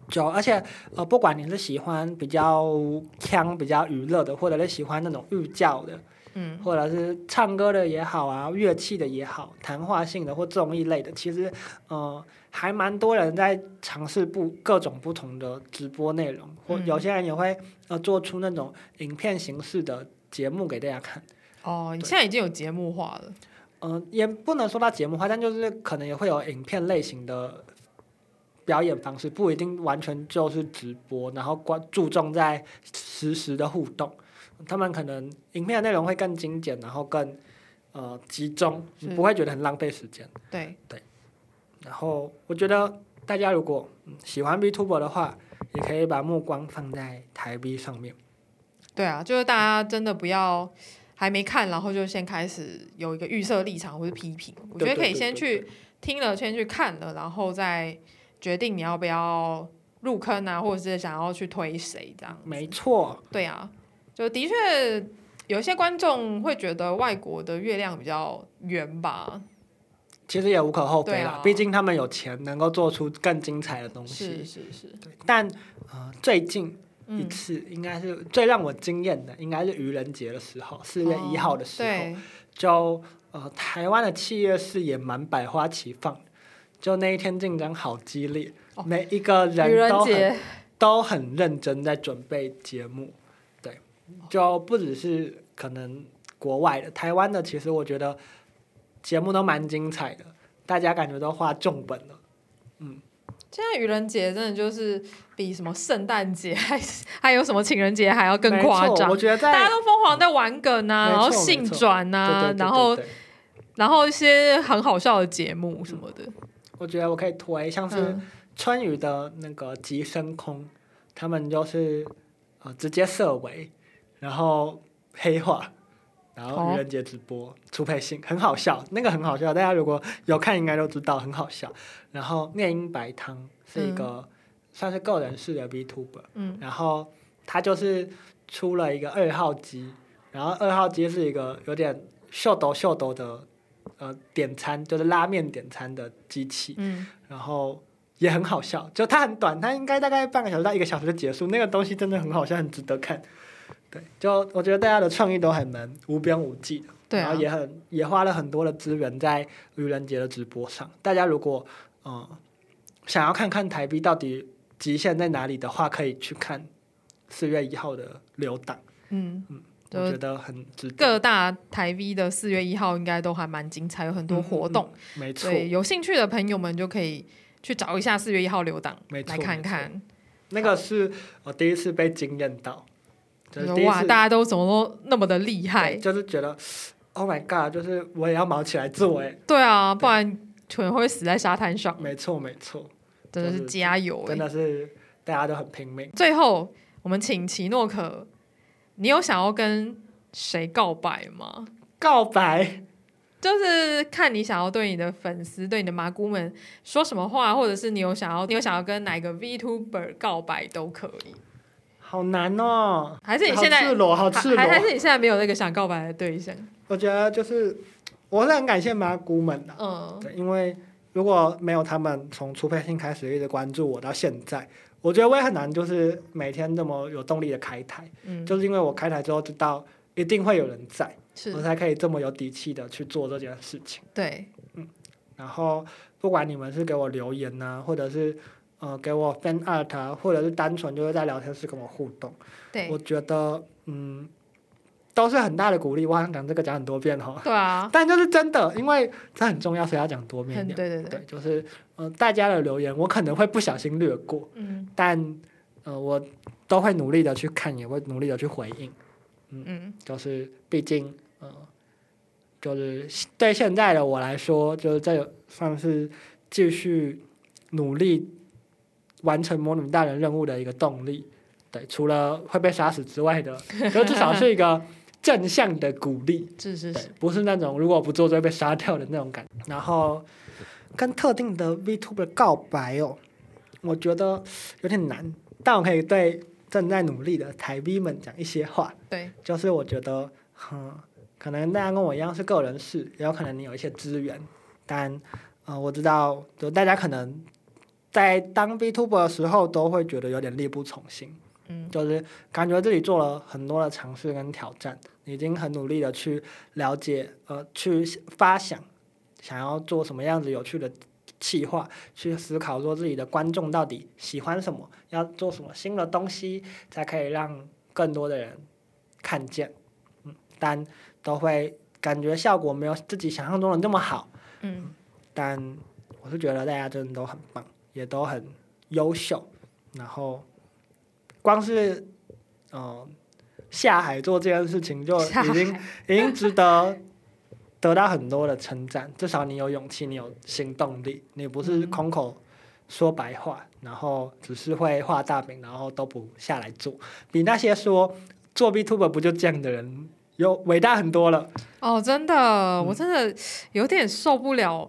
Speaker 2: 就而且呃，不管你是喜欢比较腔、比较娱乐的，或者是喜欢那种寓教的，
Speaker 1: 嗯，
Speaker 2: 或者是唱歌的也好啊，乐器的也好，谈话性的或综艺类的，其实呃还蛮多人在尝试不各种不同的直播内容，或
Speaker 1: 嗯
Speaker 2: 有些人也会呃做出那种影片形式的节目给大家看。
Speaker 1: 哦，你现在已经有节目化了。
Speaker 2: 嗯、也不能说到节目化，但就是可能也会有影片类型的表演方式，不一定完全就是直播，然后关注重在实时的互动。他们可能影片的内容会更精简，然后更呃集中，
Speaker 1: 是
Speaker 2: 你不会觉得很浪费时间。
Speaker 1: 对，
Speaker 2: 然后我觉得大家如果、嗯喜欢 B Tuber 的话，也可以把目光放在台 B 上面。
Speaker 1: 对啊，就是大家真的不要还没看，然后就先开始有一个预设立场或是批评。我觉得可以先
Speaker 2: 对对
Speaker 1: 去听了，先去看了，然后再决定你要不要入坑啊，或者是想要去推谁这样。
Speaker 2: 没错，
Speaker 1: 对啊，就的确有一些观众会觉得外国的月亮比较圆吧，
Speaker 2: 其实也无可厚非
Speaker 1: 对
Speaker 2: 啦，
Speaker 1: 啊
Speaker 2: 毕竟他们有钱，能够做出更精彩的东西。
Speaker 1: 是是是，
Speaker 2: 对，但呃，最近一
Speaker 1: 嗯，
Speaker 2: 次应该是、最让我惊艳的，应该是愚人节的时候，四月一号的时候，
Speaker 1: 哦对，
Speaker 2: 就呃，台湾的企业是也蛮百花齐放，就那一天竞争好激烈，
Speaker 1: 哦
Speaker 2: 每一个
Speaker 1: 愚
Speaker 2: 人
Speaker 1: 人
Speaker 2: 都很
Speaker 1: 节
Speaker 2: 都很认真在准备节目，对，就不只是可能国外的，台湾的其实我觉得节目都蛮精彩的，大家感觉都花重本了。
Speaker 1: (laughs) 现在愚人节真的就是比什么圣诞节还 (laughs) 是还有什么情人节还要更
Speaker 2: 没
Speaker 1: 夸
Speaker 2: 错
Speaker 1: 张
Speaker 2: 我，觉得在
Speaker 1: 大家都疯狂在玩梗啊，
Speaker 2: 没错
Speaker 1: 然后性转
Speaker 2: 对对
Speaker 1: 啊
Speaker 2: 对，对
Speaker 1: 然后
Speaker 2: 对
Speaker 1: 然后一些很好笑的节目什么的，
Speaker 2: 我觉得我可以推，像是
Speaker 1: 嗯，
Speaker 2: 春雨的那个《极深空》，他们就是呃直接设为，然后黑化，然后
Speaker 1: 哦
Speaker 2: 愚人节直播出配信，很好笑，那个很好笑，大家如果有看应该都知道，很好笑。然后念音白汤是一个算是个人式的 B Tuber，
Speaker 1: 嗯，
Speaker 2: 然后他就是出了一个二号机，然后二号机是一个有点秀逗秀逗的呃点餐，就是拉面点餐的机器，
Speaker 1: 嗯，
Speaker 2: 然后也很好笑，就它很短，它应该大概半个小时到一个小时就结束，那个东西真的很好笑，很值得看。对，就我觉得大家的创意都还蛮无边无际的，
Speaker 1: 对啊
Speaker 2: 然后也很也花了很多的资源在愚人节的直播上。大家如果嗯、呃想要看看台币到底极限在哪里的话，可以去看四月一号的留档，
Speaker 1: 嗯
Speaker 2: 嗯，
Speaker 1: 就
Speaker 2: 我
Speaker 1: 是
Speaker 2: 觉得很值得。
Speaker 1: 各大台 V 的四月一号应该都还蛮精彩，有很多活动，
Speaker 2: 嗯没错，
Speaker 1: 对，有兴趣的朋友们就可以去找一下四月一号留档
Speaker 2: 没错
Speaker 1: 来看看。
Speaker 2: 那个是我第一次被惊艳到，就是
Speaker 1: 就
Speaker 2: 第
Speaker 1: 是
Speaker 2: 一
Speaker 1: 哇，
Speaker 2: 次
Speaker 1: 大家都怎么都那么的厉害
Speaker 2: 对，？就是觉得 Oh my God，就是我也要忙起来做哎，
Speaker 1: 对啊，不然可能会死在沙滩上。
Speaker 2: 没错没错，
Speaker 1: 真的是
Speaker 2: 就是
Speaker 1: 加油、
Speaker 2: 嗯真
Speaker 1: 欸！
Speaker 2: 的是大家都很拼命。
Speaker 1: 最后，我们请奇诺可，你有想要跟谁告白吗？
Speaker 2: 告白，
Speaker 1: 就是看你想要对你的粉丝、对你的麻姑们说什么话，或者是你有想要、你有想要跟哪个 VTuber 告白都可以。
Speaker 2: 好难哦，
Speaker 1: 还是你现
Speaker 2: 好
Speaker 1: 在
Speaker 2: 赤裸，好
Speaker 1: 还
Speaker 2: 赤裸
Speaker 1: 还。还是你现在没有那个想告白的对象？
Speaker 2: 我觉得就是我是很感谢麻姑们的、
Speaker 1: 嗯，
Speaker 2: 对，因为如果没有他们从初配信开始一直关注我到现在，我觉得我也很难就是每天这么有动力的开台。
Speaker 1: 嗯
Speaker 2: 就是因为我开台之后知道一定会有人在，我
Speaker 1: 是
Speaker 2: 才可以这么有底气的去做这件事情。
Speaker 1: 对，
Speaker 2: 然后不管你们是给我留言呐、或者是呃给我 fan art 啊，或者是单纯就是在聊天室跟我互动，
Speaker 1: 对
Speaker 2: 我，觉得嗯都是很大的鼓励。我好想讲这个讲很多遍哈、
Speaker 1: 对啊，
Speaker 2: 但就是真的，因为这很重要，所以要讲多面
Speaker 1: 很
Speaker 2: 一
Speaker 1: 对
Speaker 2: 点。
Speaker 1: 对对，
Speaker 2: 对，就是呃大家的留言我可能会不小心略过，
Speaker 1: 嗯
Speaker 2: 但呃我都会努力的去看，也会努力的去回应。
Speaker 1: 嗯，
Speaker 2: 就是毕竟，呃，就是对现在的我来说，就是这算是继续努力完成魔女大人任务的一个动力。对，除了会被杀死之外的，就至少是一个正向的鼓励。
Speaker 1: 是是
Speaker 2: 对
Speaker 1: 是，，
Speaker 2: 不是那种如果不做就会被杀掉的那种感觉。然后跟特定的 VTuber 告白哦，我觉得有点难，但我可以对正在努力的台 V 们讲一些话。
Speaker 1: 对，
Speaker 2: 就是我觉得，嗯，可能大家跟我一样是个人事，也有可能你有一些资源，但，呃，我知道，就大家可能在当 VTuber 的时候都会觉得有点力不从心，
Speaker 1: 嗯，
Speaker 2: 就是感觉自己做了很多的尝试跟挑战，已经很努力的去了解，呃，去发想想要做什么样子有趣的。企划去思考说自己的观众到底喜欢什么，要做什么新的东西，才可以让更多的人看见，嗯，但都会感觉效果没有自己想象中的那么好。
Speaker 1: 嗯
Speaker 2: 但我是觉得大家真的都很棒，也都很优秀。然后，光是嗯、呃下海做这件事情就
Speaker 1: 下
Speaker 2: 已经
Speaker 1: 海
Speaker 2: 已经值得得到很多的称赞。至少你有勇气，你有行动力，你不是
Speaker 1: 嗯
Speaker 2: 空口说白话，然后只是会画大饼，然后都不下来做，比那些说做 B Tuber 不就这样的人有伟大很多了。
Speaker 1: 哦，真的，
Speaker 2: 嗯
Speaker 1: 我真的有点受不了。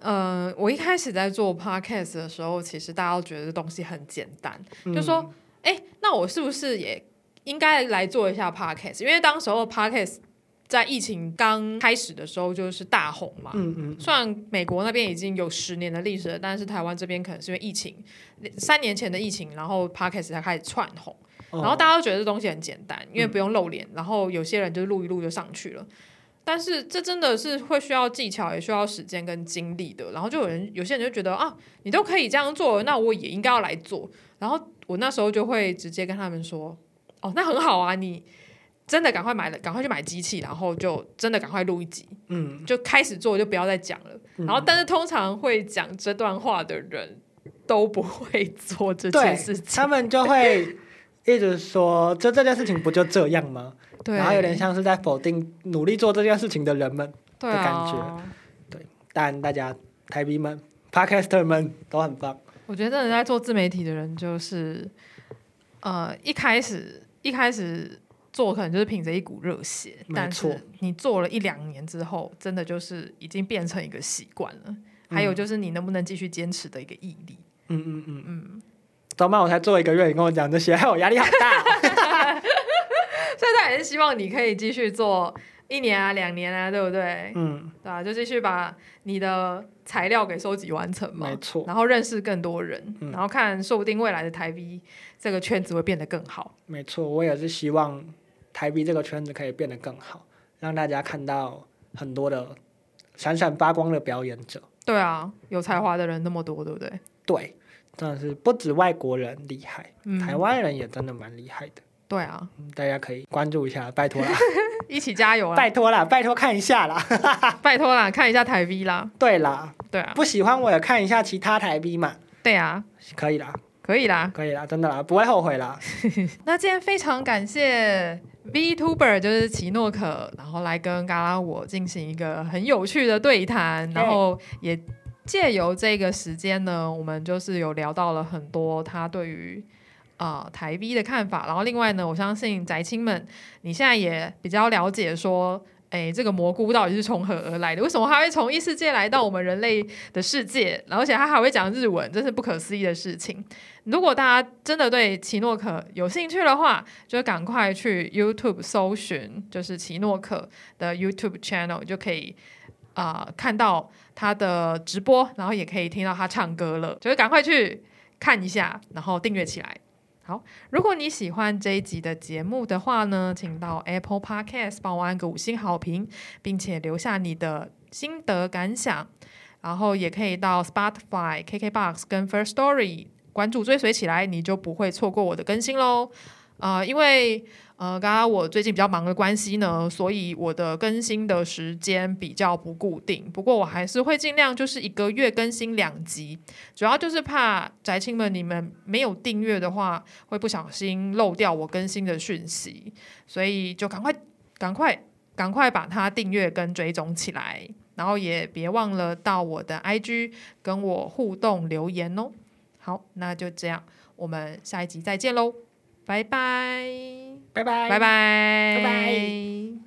Speaker 1: 呃，我一开始在做 podcast 的时候，其实大家都觉得这东西很简单，
Speaker 2: 嗯
Speaker 1: 就说，哎、那我是不是也应该来做一下 podcast？因为当时候 podcast 在疫情刚开始的时候就是大红嘛。
Speaker 2: 嗯嗯
Speaker 1: 虽然美国那边已经有十年的历史了，但是台湾这边可能是因为疫情，三年前的疫情，然后 podcast 才开始窜红，
Speaker 2: 嗯，
Speaker 1: 然后大
Speaker 2: 家
Speaker 1: 家都觉得这东西很简单，因为不用露脸，然后有些人就录一录就上去了。但是这真的是会需要技巧，也需要时间跟精力的。然后就有人，有些人就觉得啊，你都可以这样做，那我也应该要来做。然后我那时候就会直接跟他们说，哦，那很好啊，你真的赶快买了，赶快去买机器，然后就真的赶快录一集，
Speaker 2: 嗯，
Speaker 1: 就开始做，就不要再讲了。
Speaker 2: 嗯
Speaker 1: 然后，但是通常会讲这段话的人都不会做这件
Speaker 2: 对
Speaker 1: 事情，
Speaker 2: 他们就会一直说，就这件事情不就这样吗？
Speaker 1: 对，
Speaker 2: 然后有点像是在否定努力做这件事情的人们，
Speaker 1: 对
Speaker 2: 的感
Speaker 1: 啊。
Speaker 2: 但大家台币们、podcaster 们都很棒。
Speaker 1: 我觉得真的在做自媒体的人，就是呃，一开始一开始做可能就是凭着一股热血，
Speaker 2: 没
Speaker 1: 但
Speaker 2: 错
Speaker 1: 是你做了一两年之后，真的就是已经变成一个习惯了。还有就是你能不能继续坚持的一个毅力。 (laughs)
Speaker 2: 嗯嗯嗯
Speaker 1: 嗯
Speaker 2: 嗯。早曼，我才做一个月，你跟我讲这些，害我压力好大
Speaker 1: (laughs)
Speaker 2: 哦。
Speaker 1: 所以他也是希望你可以继续做一年啊、两年啊，对不对？
Speaker 2: (laughs) 嗯，
Speaker 1: 对啊，就继续把你的材料给收集完成嘛，
Speaker 2: 没错
Speaker 1: 然后认识更多人，
Speaker 2: 嗯
Speaker 1: 然后看说不定未来的台 V 这个圈子会变得更好。
Speaker 2: 没错，我也是希望台币这个圈子可以变得更好，让大家看到很多的闪闪发光的表演者。
Speaker 1: 对啊，有才华的人那么多，对不对？
Speaker 2: 对，真的是不止外国人厉害，
Speaker 1: 嗯
Speaker 2: 台湾人也真的蛮厉害的。
Speaker 1: 对啊，
Speaker 2: 嗯大家可以关注一下，拜托啦， (laughs)
Speaker 1: 一起加油啦！
Speaker 2: 拜托啦，拜托看一下啦。 (laughs)
Speaker 1: 拜托啦，看一下台 V 啦，
Speaker 2: 对啦，
Speaker 1: 对啊，
Speaker 2: 不喜欢我也看一下其他台币嘛，
Speaker 1: 对啊，
Speaker 2: 可以啦，
Speaker 1: 可以啦。
Speaker 2: 可以啦，真的啦，不会后悔啦。
Speaker 1: 那今天非常感谢 VTuber，就是奇诺可，然后来跟嘎拉我进行一个很有趣的对谈，然后也借由这个时间呢，我们就是有聊到了很多他对于。呃，台 V 的看法，然后另外呢，我相信宅青们，你现在也比较了解说，哎，这个蘑菇到底是从何而来的？为什么它会从异世界来到我们人类的世界？然后而且它还会讲日文，真是不可思议的事情。如果大家真的对奇诺可有兴趣的话，就赶快去 YouTube 搜寻，就是奇诺可的 YouTube channel 就可以啊、呃看到他的直播，然后也可以听到他唱歌了，就是赶快去看一下，然后订阅起来。如果你喜欢这一集的节目的话呢，请到 Apple Podcast 帮我按个五星好评，并且留下你的心得感想。然后也可以到 Spotify、KKBox 跟 First Story 关注追随起来，你就不会错过我的更新喽。呃，因为呃，刚刚我最近比较忙的关系呢，所以我的更新的时间比较不固定。不过我还是会尽量就是一个月更新两集，主要就是怕宅青们你们没有订阅的话，会不小心漏掉我更新的讯息，所以就赶快、赶快、赶快把它订阅跟追踪起来，然后也别忘了到我的 IG 跟我互动留言哦。好，那就这样，我们下一集再见喽，拜拜，
Speaker 2: 拜拜，
Speaker 1: 拜拜，
Speaker 2: 拜拜